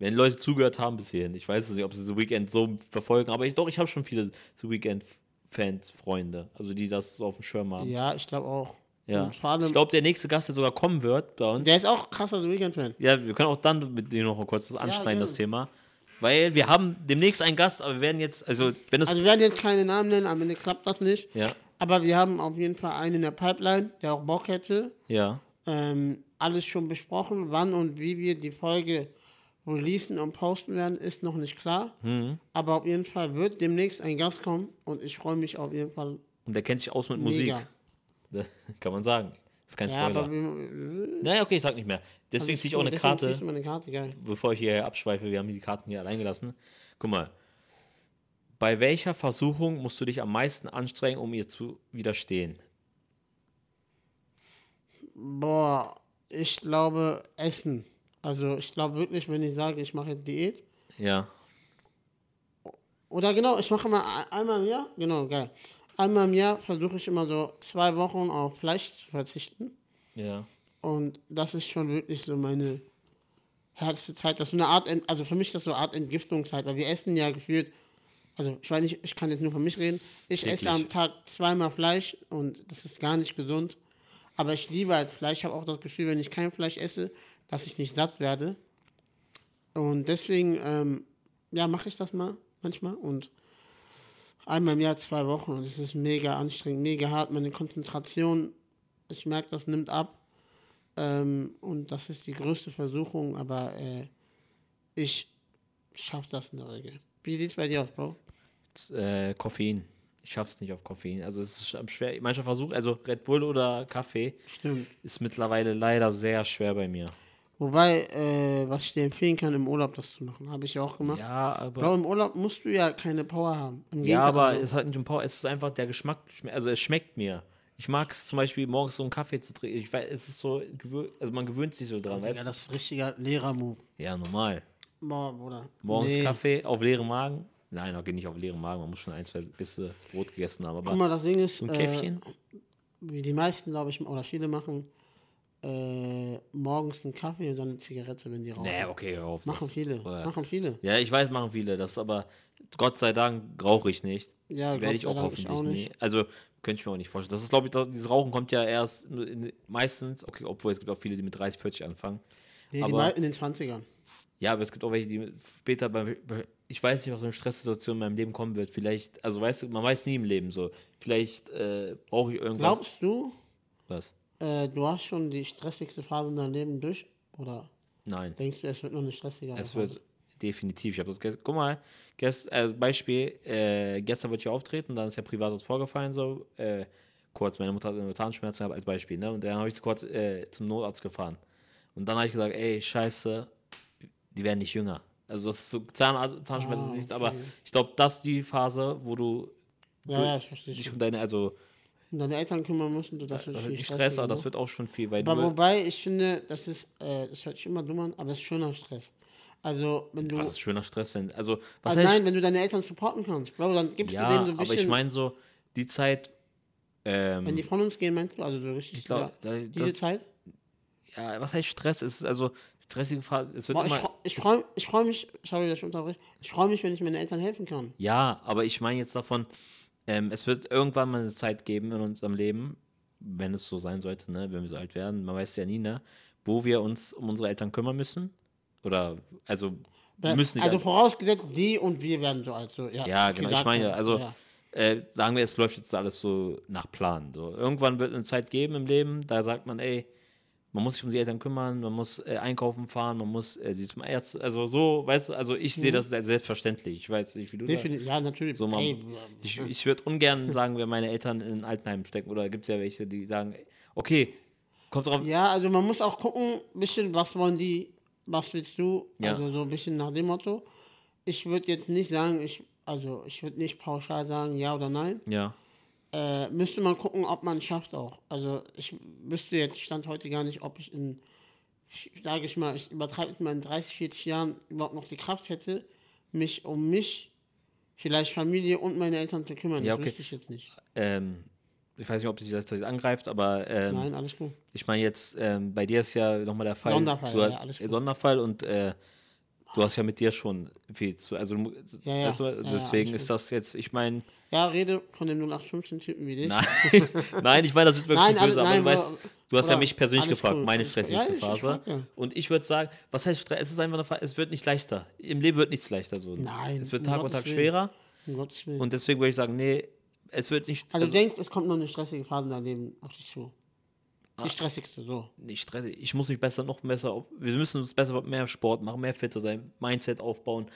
Speaker 2: wenn Leute zugehört haben bis hierhin. Ich weiß es nicht, ob sie The Weekend so verfolgen, aber ich, doch, ich habe schon viele The Weekend-Fans, Freunde, also die das so auf dem Schirm haben.
Speaker 1: Ja, ich glaube auch.
Speaker 2: Ja.
Speaker 1: Und vor allem,
Speaker 2: Ich glaube, der nächste Gast, der sogar kommen wird bei uns,
Speaker 1: der ist auch krasser The Weekend-Fan.
Speaker 2: Ja, wir können auch dann mit dir noch mal kurz das anschneiden, das
Speaker 1: gerne.
Speaker 2: Thema. Weil wir haben demnächst einen Gast, aber wir werden jetzt, also wenn es.
Speaker 1: Also wir werden jetzt keine Namen nennen, am Ende klappt das nicht.
Speaker 2: ja,
Speaker 1: Aber wir haben auf jeden Fall einen in der Pipeline, der auch Bock hätte.
Speaker 2: ja.
Speaker 1: Ähm, alles schon besprochen, wann und wie wir die Folge releasen und posten werden, ist noch nicht klar.
Speaker 2: Mhm.
Speaker 1: Aber auf jeden Fall wird demnächst ein Gast kommen und ich freue mich auf jeden Fall
Speaker 2: Und der kennt sich aus mit Musik.
Speaker 1: mega.
Speaker 2: Kann man sagen. ist kein
Speaker 1: Ja,
Speaker 2: Spoiler.
Speaker 1: aber Also wir-
Speaker 2: naja, okay, ich sag nicht mehr. Deswegen ziehe ich auch eine
Speaker 1: deswegen
Speaker 2: Karte.
Speaker 1: ziehst du mal eine Karte, geil.
Speaker 2: bevor ich hier abschweife, wir haben die Karten hier allein gelassen. Guck mal. Bei welcher Versuchung musst du dich am meisten anstrengen, um ihr zu widerstehen?
Speaker 1: Boah, ich glaube Essen. Also ich glaube wirklich, wenn ich sage, ich mache jetzt Diät.
Speaker 2: Ja.
Speaker 1: Oder genau, ich mache immer ein- einmal im Jahr, genau, geil. Einmal im Jahr versuche ich immer so zwei Wochen auf Fleisch zu verzichten.
Speaker 2: Ja.
Speaker 1: Und das ist schon wirklich so meine härteste Zeit. Das ist so eine Art, Ent- also für mich ist das so eine Art Entgiftungszeit, weil wir essen ja gefühlt, also ich weiß nicht, ich kann jetzt nur von mich reden, ich
Speaker 2: Täglich.
Speaker 1: esse am Tag zweimal Fleisch und das ist gar nicht gesund. Aber ich liebe halt Fleisch, ich habe auch das Gefühl, wenn ich kein Fleisch esse, dass ich nicht satt werde. Und deswegen, ähm, ja, mache ich das mal manchmal und einmal im Jahr zwei Wochen und es ist mega anstrengend, mega hart. Meine Konzentration, ich merke, das nimmt ab. Ähm, und das ist die größte Versuchung, aber äh, ich schaffe das in der Regel. Wie sieht's bei dir aus, Bro?
Speaker 2: Z- Äh, Koffein. Ich schaff's nicht auf Koffein. Also es ist am schwer. Mancher Versuch, also Red Bull oder Kaffee,
Speaker 1: Stimmt.
Speaker 2: ist mittlerweile leider sehr schwer bei mir.
Speaker 1: Wobei, äh, was ich dir empfehlen kann, im Urlaub das zu machen, habe ich ja auch gemacht.
Speaker 2: Ja, aber.
Speaker 1: Bro, im Urlaub musst du ja keine Power haben. Im
Speaker 2: Ja, aber
Speaker 1: also,
Speaker 2: es hat nicht um Power, es ist einfach der Geschmack, schme- also es schmeckt mir. Ich mag es zum Beispiel morgens so einen Kaffee zu trinken. Ich weiß, es ist so, gewö- also man gewöhnt sich so dran,
Speaker 1: Digga,
Speaker 2: weißt du?
Speaker 1: das ist ein richtiger Lehrer-Move.
Speaker 2: Ja, normal.
Speaker 1: Boah, Bruder.
Speaker 2: Morgens
Speaker 1: Nee.
Speaker 2: Kaffee auf leeren Magen? Nein, okay, nicht auf leeren Magen. Man muss schon ein, zwei Bisse Brot gegessen haben.
Speaker 1: Guck
Speaker 2: Aber
Speaker 1: mal, das Ding ist,
Speaker 2: so ein
Speaker 1: äh,
Speaker 2: Käffchen?
Speaker 1: wie die meisten, glaube ich, oder viele machen, äh, morgens einen Kaffee und dann eine Zigarette, wenn die rauchen.
Speaker 2: Nee, okay, hör auf.
Speaker 1: machen
Speaker 2: das-
Speaker 1: viele.
Speaker 2: oder-
Speaker 1: Machen viele.
Speaker 2: Ja, ich weiß, machen viele das, aber Gott sei Dank rauche ich nicht.
Speaker 1: Ja, Gott
Speaker 2: Werde ich
Speaker 1: sei
Speaker 2: auch
Speaker 1: Dank,
Speaker 2: hoffentlich
Speaker 1: ich auch
Speaker 2: nie. Also, könnte ich mir auch nicht vorstellen. Das ist, glaube ich, das, dieses Rauchen kommt ja erst in, meistens, okay, obwohl es gibt auch viele, die mit 30, 40 anfangen.
Speaker 1: Nee, die
Speaker 2: Aber-
Speaker 1: mei- in den 20ern.
Speaker 2: Ja, aber es gibt auch welche, die später beim. Ich weiß nicht, was für eine Stresssituation in meinem Leben kommen wird. Vielleicht, also weißt du, man weiß nie im Leben so. Vielleicht äh, brauche ich irgendwas.
Speaker 1: Glaubst du,
Speaker 2: was?
Speaker 1: äh, du hast schon die stressigste Phase in deinem Leben durch? Oder
Speaker 2: Nein.
Speaker 1: denkst du, es wird noch eine stressigere
Speaker 2: Es
Speaker 1: Phase?
Speaker 2: wird definitiv. Ich habe das gestern. Guck mal, gest, äh, Beispiel: äh, gestern wollte ich auftreten, dann ist ja privat was vorgefallen, so. Äh, kurz, meine Mutter hat eine Zahnschmerzen gehabt, als Beispiel, ne? Und dann habe ich sie kurz äh, zum Notarzt gefahren. Und dann habe ich gesagt: Ey, Scheiße, die werden nicht jünger. Also, das ist so Zahnarzt, Zahnschmerzen
Speaker 1: Ah,
Speaker 2: ist nichts,
Speaker 1: okay.
Speaker 2: aber ich glaube, das ist die Phase, wo du
Speaker 1: Ja, ja, ich verstehe.
Speaker 2: dich
Speaker 1: schon.
Speaker 2: um deine, also,
Speaker 1: Und deine Eltern kümmern müssen, du, das wird
Speaker 2: das wird
Speaker 1: viel
Speaker 2: Äh, nicht Stress,
Speaker 1: stressiger,
Speaker 2: aber
Speaker 1: ne?
Speaker 2: das wird auch schon viel, weil
Speaker 1: Aber
Speaker 2: du.
Speaker 1: wobei, ich finde, das ist, äh, das hört sich immer dumm an, aber das ist schöner Stress. Also, wenn du,
Speaker 2: Was ist schöner Stress, wenn. Also, was
Speaker 1: also
Speaker 2: heißt
Speaker 1: nein, wenn du deine Eltern supporten kannst, Bro, dann gibst
Speaker 2: Ja,
Speaker 1: du denen so ein
Speaker 2: aber
Speaker 1: bisschen,
Speaker 2: ich meine so, die Zeit. Ähm,
Speaker 1: wenn die von uns gehen, meinst du, also so richtig,
Speaker 2: Ich glaube,
Speaker 1: ja,
Speaker 2: da-
Speaker 1: diese
Speaker 2: das-
Speaker 1: Zeit?
Speaker 2: ja, was heißt Stress? Es ist also stressige Phase. Es wird
Speaker 1: Boah, ich
Speaker 2: immer,
Speaker 1: freu- ich freue ich freu mich, sorry, dass ich unterbreche, ich freue mich, wenn ich meinen Eltern helfen kann.
Speaker 2: ja, aber ich meine jetzt davon, ähm, es wird irgendwann mal eine Zeit geben in unserem Leben, wenn es so sein sollte, ne, wenn wir so alt werden, man weiß ja nie, ne, wo wir uns um unsere Eltern kümmern müssen. Oder, also, wir müssen nicht
Speaker 1: also
Speaker 2: alt-
Speaker 1: vorausgesetzt, die und wir werden so alt. So, ja,
Speaker 2: Ja,
Speaker 1: okay,
Speaker 2: genau.
Speaker 1: da
Speaker 2: Ich meine, ja,
Speaker 1: kann-
Speaker 2: also Äh, sagen wir, es läuft jetzt alles so nach Plan. So. Irgendwann wird eine Zeit geben im Leben, da sagt man, ey, man muss sich um die Eltern kümmern, man muss äh, einkaufen fahren, man muss äh, sie zum Arzt, also so, weißt du, also ich sehe das als selbstverständlich. Ich weiß nicht, wie du das.
Speaker 1: Mhm. definitiv, ja, natürlich.
Speaker 2: So, man,
Speaker 1: Ey,
Speaker 2: ich ich würde ungern sagen, wir meine Eltern in ein Altenheim stecken. Oder gibt es ja welche, die sagen, okay, kommt drauf.
Speaker 1: ja, also man muss auch gucken, bisschen, was wollen die, was willst du?
Speaker 2: Ja.
Speaker 1: Also so ein bisschen nach dem Motto. Ich würde jetzt nicht sagen, ich, also ich würde nicht pauschal sagen, ja oder nein.
Speaker 2: Ja.
Speaker 1: äh, müsste man gucken, ob man es schafft auch. Also ich wüsste jetzt, stand heute gar nicht, ob ich in, sage ich mal, ich übertreibe jetzt mal in 30, 40 Jahren überhaupt noch die Kraft hätte, mich um mich, vielleicht Familie und meine Eltern zu kümmern.
Speaker 2: Ja,
Speaker 1: Das
Speaker 2: okay.
Speaker 1: wüsste ich jetzt nicht.
Speaker 2: Ähm, ich weiß nicht, ob dich das jetzt angreift, aber ähm,
Speaker 1: Nein, alles gut.
Speaker 2: Ich meine jetzt, ähm, bei dir ist ja nochmal der Fall.
Speaker 1: Sonderfall,
Speaker 2: du
Speaker 1: ja,
Speaker 2: hast,
Speaker 1: alles
Speaker 2: äh,
Speaker 1: gut.
Speaker 2: Sonderfall und äh, du hast ja mit dir schon viel zu. Also, du mu-
Speaker 1: Ja, ja,
Speaker 2: weißt du,
Speaker 1: ja, ja,
Speaker 2: deswegen
Speaker 1: alles
Speaker 2: ist das jetzt, ich meine,
Speaker 1: Ja, rede von dem 0815-Typen wie dich.
Speaker 2: nein, nein, ich meine, das ist wirklich
Speaker 1: Nein,
Speaker 2: böse,
Speaker 1: alles-
Speaker 2: aber
Speaker 1: nein,
Speaker 2: du weißt,
Speaker 1: aber-
Speaker 2: du hast ja
Speaker 1: oder-
Speaker 2: mich persönlich
Speaker 1: alles
Speaker 2: gefragt,
Speaker 1: cool,
Speaker 2: meine
Speaker 1: alles cool.
Speaker 2: stressigste
Speaker 1: Ja, ich- ich
Speaker 2: Phase.
Speaker 1: frag ja.
Speaker 2: Und ich würde sagen, was heißt Stress? Es ist einfach eine Phase, es wird nicht leichter. Im Leben wird nichts leichter. So.
Speaker 1: Nein,
Speaker 2: Es wird
Speaker 1: um
Speaker 2: Tag und
Speaker 1: Gottes
Speaker 2: Tag
Speaker 1: Willen.
Speaker 2: schwerer.
Speaker 1: Um Gottes Willen.
Speaker 2: Und deswegen würde ich sagen, nee, es wird nicht.
Speaker 1: also,
Speaker 2: also-
Speaker 1: denk, es kommt noch eine stressige Phase in deinem Leben auf dich zu.
Speaker 2: Ah.
Speaker 1: Die stressigste, so.
Speaker 2: nicht stressig. Ich muss mich besser, noch besser. auf- Wir müssen uns besser mehr Sport machen, mehr fitter sein, Mindset aufbauen.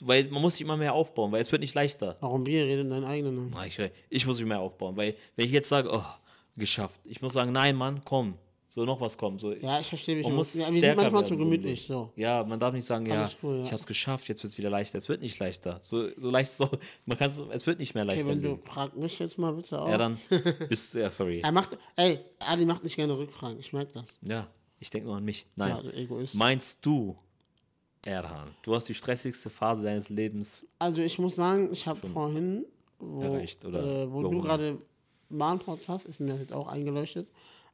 Speaker 2: Weil man muss sich immer mehr aufbauen, weil es wird nicht leichter.
Speaker 1: Warum wir reden deinen eigenen Namen?
Speaker 2: Ah, Ich, ich muss mich mehr aufbauen, weil wenn ich jetzt sage, oh, geschafft. Ich muss sagen, nein, Mann, komm. So noch was kommt. So,
Speaker 1: Ja, ich verstehe mich.
Speaker 2: man
Speaker 1: immer.
Speaker 2: muss
Speaker 1: ja, wir sind
Speaker 2: stärker
Speaker 1: manchmal
Speaker 2: werden,
Speaker 1: zu
Speaker 2: so ein
Speaker 1: gemütlich.
Speaker 2: bisschen.
Speaker 1: So.
Speaker 2: Ja, man darf nicht sagen, ja,
Speaker 1: Alles cool, ja.
Speaker 2: ich hab's geschafft, jetzt wird's wieder leichter. Es wird nicht leichter. So, so leicht so, man kann es wird nicht mehr
Speaker 1: Okay,
Speaker 2: leichter.
Speaker 1: wenn du Oh.
Speaker 2: werden.
Speaker 1: fragst mich jetzt mal bitte auch.
Speaker 2: ja, dann bist ja, sorry.
Speaker 1: er macht, ey, Ali macht nicht gerne Rückfragen. Ich merke das.
Speaker 2: Ja, ich denke nur an mich.
Speaker 1: Ja,
Speaker 2: Nein.
Speaker 1: du Egoist.
Speaker 2: Meinst du, Erhan, du hast die stressigste Phase deines Lebens
Speaker 1: Also ich muss sagen, ich habe vorhin, wo,
Speaker 2: erreicht, oder
Speaker 1: äh, wo
Speaker 2: warum?
Speaker 1: du gerade Mahnport hast, ist mir das jetzt auch eingeleuchtet.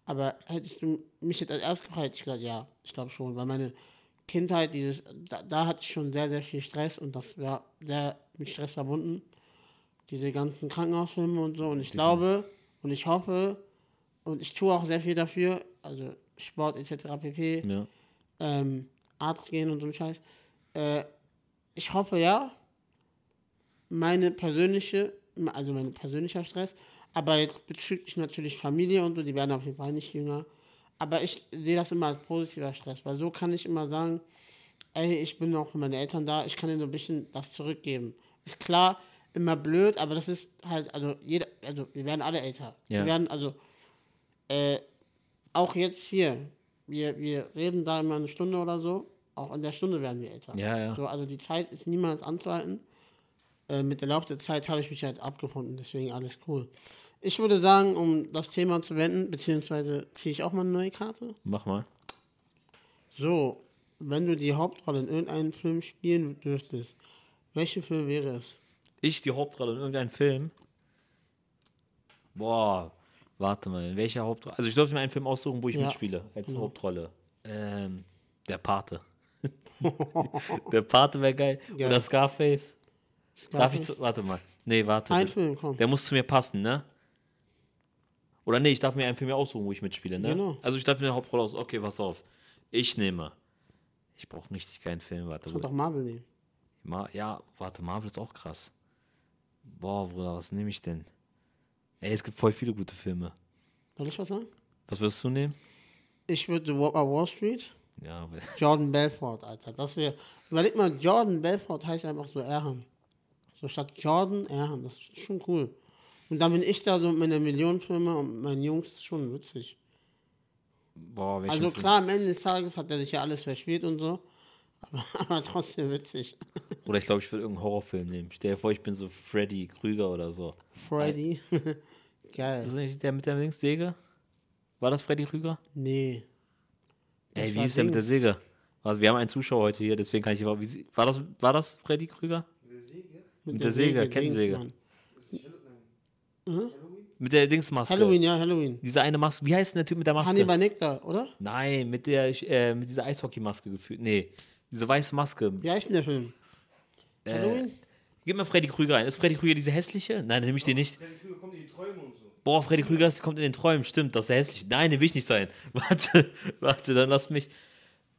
Speaker 1: Aber hättest du mich jetzt als erst gefragt, hätte ich gesagt, ja, ich glaube schon. Weil meine Kindheit, dieses, da, da hatte ich schon sehr, sehr viel Stress und das war sehr mit Stress verbunden. Diese ganzen Krankenhausfilme und so. Und ich glaube und ich hoffe und ich tue auch sehr viel dafür, also Sport etc. pp
Speaker 2: Ja.
Speaker 1: ähm, Arzt gehen und so ein Scheiß. Äh, ich hoffe ja, meine persönliche, also mein persönlicher Stress, aber jetzt bezüglich natürlich Familie und so, die werden auf jeden Fall nicht jünger. Aber ich sehe das immer als positiver Stress, weil so kann ich immer sagen, ey, ich bin auch für meine Eltern da, ich kann ihnen so ein bisschen das zurückgeben. Ist klar, immer blöd, aber das ist halt, also jeder, also wir werden alle älter.
Speaker 2: Ja.
Speaker 1: Wir werden, also, äh, auch jetzt hier, wir, wir reden da immer eine Stunde oder so, auch in der Stunde werden wir älter.
Speaker 2: Ja, ja.
Speaker 1: So, also die Zeit ist niemals anzuhalten. Äh, mit der Lauf der Zeit habe ich mich halt abgefunden, deswegen alles cool. Ich würde sagen, um das Thema zu wenden, beziehungsweise ziehe ich auch mal eine neue Karte.
Speaker 2: Mach mal.
Speaker 1: So, wenn du die Hauptrolle in irgendeinem Film spielen dürftest, welchen Film wäre es?
Speaker 2: Ich die Hauptrolle in irgendeinem Film. Boah, warte mal, in welcher Hauptrolle? Also ich durfte mir einen Film aussuchen, wo ich
Speaker 1: Ja. Mhm.
Speaker 2: mitspiele als Hauptrolle. Ähm, der Pate. der Pate wäre geil.
Speaker 1: Ja.
Speaker 2: Oder Scarface. Darf ich
Speaker 1: Scarface?
Speaker 2: zu. Warte mal. Nee, warte.
Speaker 1: Ein
Speaker 2: das-
Speaker 1: Film, komm.
Speaker 2: Der muss zu mir passen, ne? Oder nee, ich darf mir einen Film ja aussuchen, wo ich mitspiele, ne?
Speaker 1: Genau.
Speaker 2: Also ich darf mir eine Hauptrolle aus. Okay, pass auf. Ich nehme. Ich brauche richtig keinen Film, warte.
Speaker 1: Kann
Speaker 2: Bruder.
Speaker 1: doch Marvel nehmen.
Speaker 2: Ma ja, warte, Marvel ist auch krass. Boah, Bruder, was nehme ich denn? Ey, es gibt voll viele gute Filme.
Speaker 1: Soll ich was sagen?
Speaker 2: Was würdest du nehmen?
Speaker 1: Ich würde The Wolf of Wall Street,
Speaker 2: Ja, aber-
Speaker 1: Jordan Belfort, Alter. Das wäre. Überleg mal, Jordan Belfort heißt einfach so Erhan. So statt Jordan Erhan. Das ist schon cool. Und dann bin ich da so mit meiner Millionenfirma und meinen Jungs ist schon witzig.
Speaker 2: boah, welcher
Speaker 1: Also
Speaker 2: Film?
Speaker 1: klar, am Ende des Tages hat er sich ja alles verspielt und so. Aber, aber trotzdem witzig.
Speaker 2: Oder ich glaube, ich würde irgendeinen Horrorfilm nehmen. Stell dir vor, ich bin so Freddy Krüger oder so.
Speaker 1: Freddy.
Speaker 2: Ist
Speaker 1: Geil.
Speaker 2: das nicht der mit der Linkssäge? War das Freddy Krüger?
Speaker 1: Nee.
Speaker 2: Ey,
Speaker 1: Das
Speaker 2: wie
Speaker 1: war
Speaker 2: ist der mit der
Speaker 1: Dings.
Speaker 2: Säge? Was, wir haben einen Zuschauer heute hier, deswegen kann ich überhaupt. Wie, sie- war, das, war das Freddy Krüger?
Speaker 1: Mit,
Speaker 2: der Säge, Kettensäge.
Speaker 1: Dings, Mann.
Speaker 2: Mit der Dingsmaske.
Speaker 1: Halloween, ja, Halloween.
Speaker 2: Diese eine Maske. Wie heißt denn der Typ mit der Maske?
Speaker 1: Hannibal Nectar, oder?
Speaker 2: Nein, mit der äh, mit dieser Eishockeymaske gefühlt. Nee, diese weiße Maske.
Speaker 1: Wie heißt denn der Film? Halloween?
Speaker 2: Gib mal Freddy Krüger ein. Ist Freddy Krüger diese hässliche? Nein, nehme ich die nicht.
Speaker 3: Ja, die Krüger kommen die Träume und so.
Speaker 2: Boah, Freddy Krüger ist- kommt in den Träumen. Stimmt, das ist der hässliche. Nein, den will ich nicht sein. Warte, warte, dann lass mich.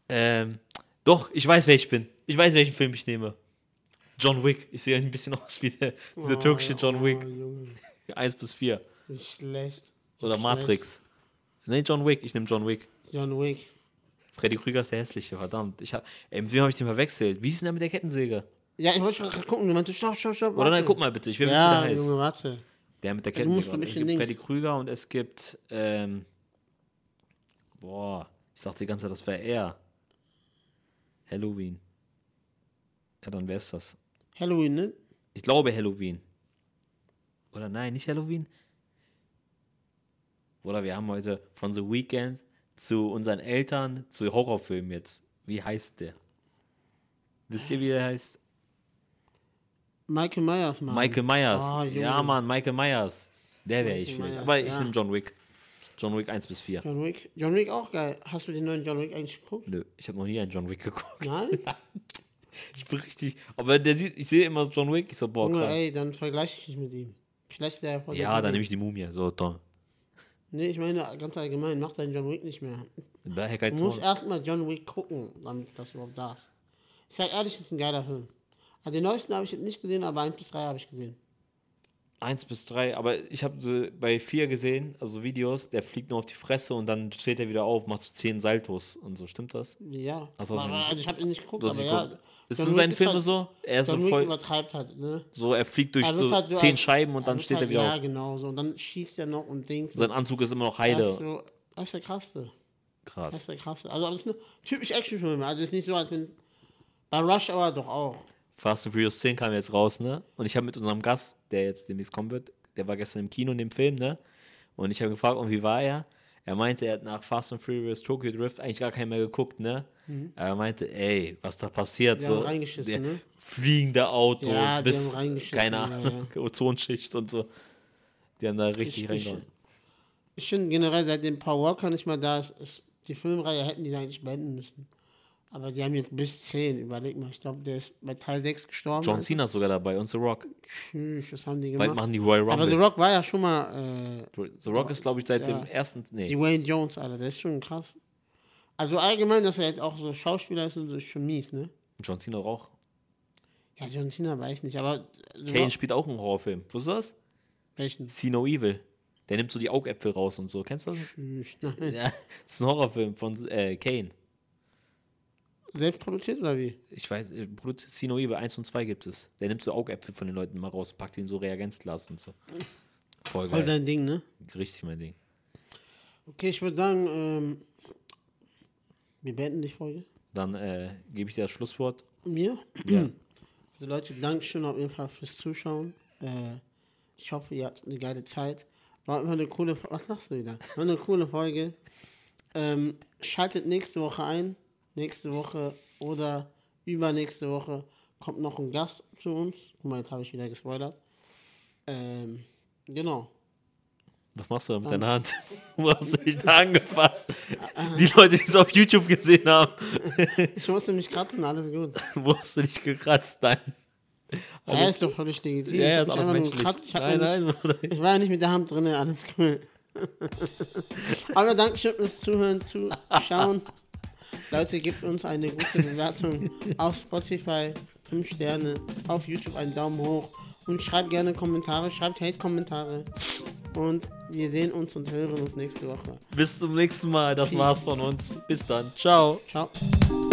Speaker 2: Ähm, doch, ich weiß, wer ich bin. Ich weiß, welchen Film ich nehme. John Wick. Ich sehe ein bisschen aus wie der, dieser
Speaker 1: Oh,
Speaker 2: türkische
Speaker 1: ja,
Speaker 2: John
Speaker 1: oh,
Speaker 2: Wick.
Speaker 1: Junge.
Speaker 2: 1 bis 4.
Speaker 1: Wie schlecht.
Speaker 2: Oder
Speaker 1: Ich
Speaker 2: Matrix. Nee, John Wick. Ich nehme John Wick.
Speaker 1: John Wick.
Speaker 2: Freddy Krüger ist der hässliche, verdammt. Ich hab, ey, mit wem habe ich den verwechselt? Wie ist denn der mit der Kettensäge?
Speaker 1: Ja, ich wollte gerade gucken. Du meinte, stopp, stopp, stopp.
Speaker 2: Oder nein,
Speaker 1: warte.
Speaker 2: guck mal bitte, ich will
Speaker 1: Ja,
Speaker 2: wissen, wie der heißt.
Speaker 1: Junge, warte.
Speaker 2: Der mit der
Speaker 1: Du musst
Speaker 2: Kettensäge.
Speaker 1: ein
Speaker 2: Es
Speaker 1: bisschen
Speaker 2: gibt
Speaker 1: links.
Speaker 2: Freddy Krüger und es gibt. Ähm, boah, ich dachte die ganze Zeit, das wäre er. Halloween. Ja, dann wäre es das.
Speaker 1: Halloween, ne?
Speaker 2: Ich glaube Halloween. Oder nein, nicht Halloween. Oder wir haben heute von The Weeknd zu unseren Eltern zu Horrorfilmen jetzt. Wie heißt der? Wisst ihr, wie der heißt?
Speaker 1: Michael Myers, Mann.
Speaker 2: Michael Myers.
Speaker 1: Ah, Junge.
Speaker 2: ja, Mann, Michael Myers. Der wäre ich.
Speaker 1: Michael
Speaker 2: mit.
Speaker 1: Myers,
Speaker 2: Aber ich
Speaker 1: ja.
Speaker 2: nehme John Wick. John Wick 1 bis 4.
Speaker 1: John Wick. John Wick auch geil. Hast du den neuen John Wick eigentlich geguckt?
Speaker 2: Nö, ich habe noch nie einen John Wick geguckt.
Speaker 1: Nein?
Speaker 2: Ich bin richtig. Aber der sieht, ich sehe immer John Wick. Ich so, boah,
Speaker 1: Junge,
Speaker 2: krass.
Speaker 1: ey, dann vergleiche ich dich mit ihm. Vielleicht ist der ja voll der
Speaker 2: Ja,
Speaker 1: John
Speaker 2: dann nehme
Speaker 1: Wick.
Speaker 2: ich die Mumie. So, Tom.
Speaker 1: Nee, ich meine ganz allgemein, mach deinen John Wick nicht mehr.
Speaker 2: Daher kein
Speaker 1: Du musst
Speaker 2: Tor.
Speaker 1: erstmal John Wick gucken, damit du das überhaupt darfst. Ich sag ehrlich, das ist ein geiler Film. Also den neuesten habe ich jetzt nicht gesehen, aber 1 bis 3 habe ich gesehen.
Speaker 2: Eins bis drei, aber ich habe so bei vier gesehen, also Videos, der fliegt nur auf die Fresse und dann steht er wieder auf, macht so zehn Saltos und so. Stimmt das?
Speaker 1: Ja.
Speaker 2: Ach so,
Speaker 1: Aber-
Speaker 2: schon.
Speaker 1: also ich habe ihn nicht geguckt,
Speaker 2: Du hast
Speaker 1: aber
Speaker 2: nicht
Speaker 1: ja.
Speaker 2: geguckt. Ist
Speaker 1: John
Speaker 2: in
Speaker 1: Wick
Speaker 2: seinen Filmen
Speaker 1: halt-
Speaker 2: so? Er ist so
Speaker 1: John Wick
Speaker 2: voll,
Speaker 1: übertreibt halt, ne?
Speaker 2: so er fliegt durch
Speaker 1: Er
Speaker 2: so
Speaker 1: wird halt
Speaker 2: zehn
Speaker 1: als-
Speaker 2: Scheiben und
Speaker 1: er
Speaker 2: dann
Speaker 1: wird
Speaker 2: steht er
Speaker 1: halt,
Speaker 2: wieder
Speaker 1: Ja,
Speaker 2: auf.
Speaker 1: genau so. Und dann schießt er noch und Dings.
Speaker 2: Sein Anzug ist immer noch
Speaker 1: das,
Speaker 2: heile.
Speaker 1: ist so, das ist der krasseste. Das
Speaker 2: Krass.
Speaker 1: ist der krasseste. Also, das ist eine typisch Actionfilme. Also, es ist nicht so, als wenn. Bei Rush Hour doch auch.
Speaker 2: Fast and Furious 10 kam jetzt raus, ne? Und ich habe mit unserem Gast, der jetzt demnächst kommen wird, der war gestern im Kino in dem Film, ne? Und ich habe gefragt, und wie war er? Er meinte, er hat nach Fast and Furious Tokyo Drift eigentlich gar keinen mehr geguckt, ne? Er meinte, ey, was da passiert?
Speaker 1: Mhm. Die
Speaker 2: so,
Speaker 1: haben reingeschissen,
Speaker 2: der-
Speaker 1: ne?
Speaker 2: Fliegende Autos,
Speaker 1: Ja, die
Speaker 2: bis,
Speaker 1: haben reingeschissen,
Speaker 2: keine
Speaker 1: ja,
Speaker 2: Ahnung, Ozonschicht und so. Die haben da
Speaker 1: Ich-
Speaker 2: richtig
Speaker 1: ich-
Speaker 2: reingehauen.
Speaker 1: Ich finde generell, seitdem Paul Walker nicht mehr da ist, ist die Filmreihe hätten die eigentlich beenden müssen. Aber die haben jetzt bis 10, überleg mal. Ich glaube, der ist bei Teil 6 gestorben.
Speaker 2: John Cena ist sogar dabei und The Rock.
Speaker 1: Tschüss, was haben die
Speaker 2: Bald
Speaker 1: gemacht?
Speaker 2: machen die Royal
Speaker 1: Aber The
Speaker 2: Rumble.
Speaker 1: Rock war ja schon mal. Äh,
Speaker 2: The Rock ist, glaube ich, seit
Speaker 1: Ja.
Speaker 2: dem ersten. Nee,
Speaker 1: Die Wayne Jones, Alter, das ist schon krass. Also allgemein, dass er jetzt auch so Schauspieler ist und so, ist schon mies, ne?
Speaker 2: John Cena auch.
Speaker 1: Ja, John Cena weiß nicht, aber äh, so,
Speaker 2: Kane spielt auch einen Horrorfilm. Wusstest du das?
Speaker 1: welchen?
Speaker 2: See No Evil. Der nimmt so die Augäpfel raus und so. Kennst du das?
Speaker 1: Tschüss, nein.
Speaker 2: Ja, das ist ein Horrorfilm von äh, Kane.
Speaker 1: Selbst produziert oder wie?
Speaker 2: Ich weiß, äh, produziert See No Evil 1 und 2 gibt es. Der nimmt so Augäpfel von den Leuten mal raus, packt die in so Reagenzglas und so.
Speaker 1: Voll
Speaker 2: Voll geil.
Speaker 1: dein Ding, ne?
Speaker 2: Richtig mein Ding.
Speaker 1: Okay, ich würde sagen, ähm, wir beenden die Folge.
Speaker 2: Dann äh, gebe ich dir das Schlusswort.
Speaker 1: Mir?
Speaker 2: Ja.
Speaker 1: Also Leute, Dankeschön auf jeden Fall fürs Zuschauen. Äh, ich hoffe, ihr habt eine geile Zeit. War immer eine coole Fo- Was lachst du wieder? War eine coole Folge. Ähm, schaltet nächste Woche ein. Nächste Woche oder übernächste Woche kommt noch ein Gast zu uns. Guck mal, jetzt habe ich wieder gespoilert. Ähm, genau.
Speaker 2: Was machst du da mit deiner Hand? Du hast dich da angefasst. Die Leute, die es auf YouTube gesehen haben,
Speaker 1: Ich musste mich kratzen, alles gut.
Speaker 2: wo hast du dich gekratzt? Nein.
Speaker 1: Ja, ist doch völlig legitim.
Speaker 2: ja, ja,
Speaker 1: Ich
Speaker 2: ist
Speaker 1: hab
Speaker 2: alles
Speaker 1: mich einfach nur
Speaker 2: menschlich.
Speaker 1: gekratzt. Ich hab
Speaker 2: Nein,
Speaker 1: mir
Speaker 2: nein.
Speaker 1: Ich war ja nicht mit der Hand drin, alles cool. Aber Dankeschön fürs Zuhören, Zuschauen. Leute, gebt uns eine gute Bewertung auf Spotify, 5 Sterne, auf YouTube einen Daumen hoch und schreibt gerne Kommentare, schreibt Hate-Kommentare. Und wir sehen uns und hören uns nächste Woche.
Speaker 2: Bis zum nächsten Mal. Das war's von uns. Bis dann. Ciao.
Speaker 1: Ciao.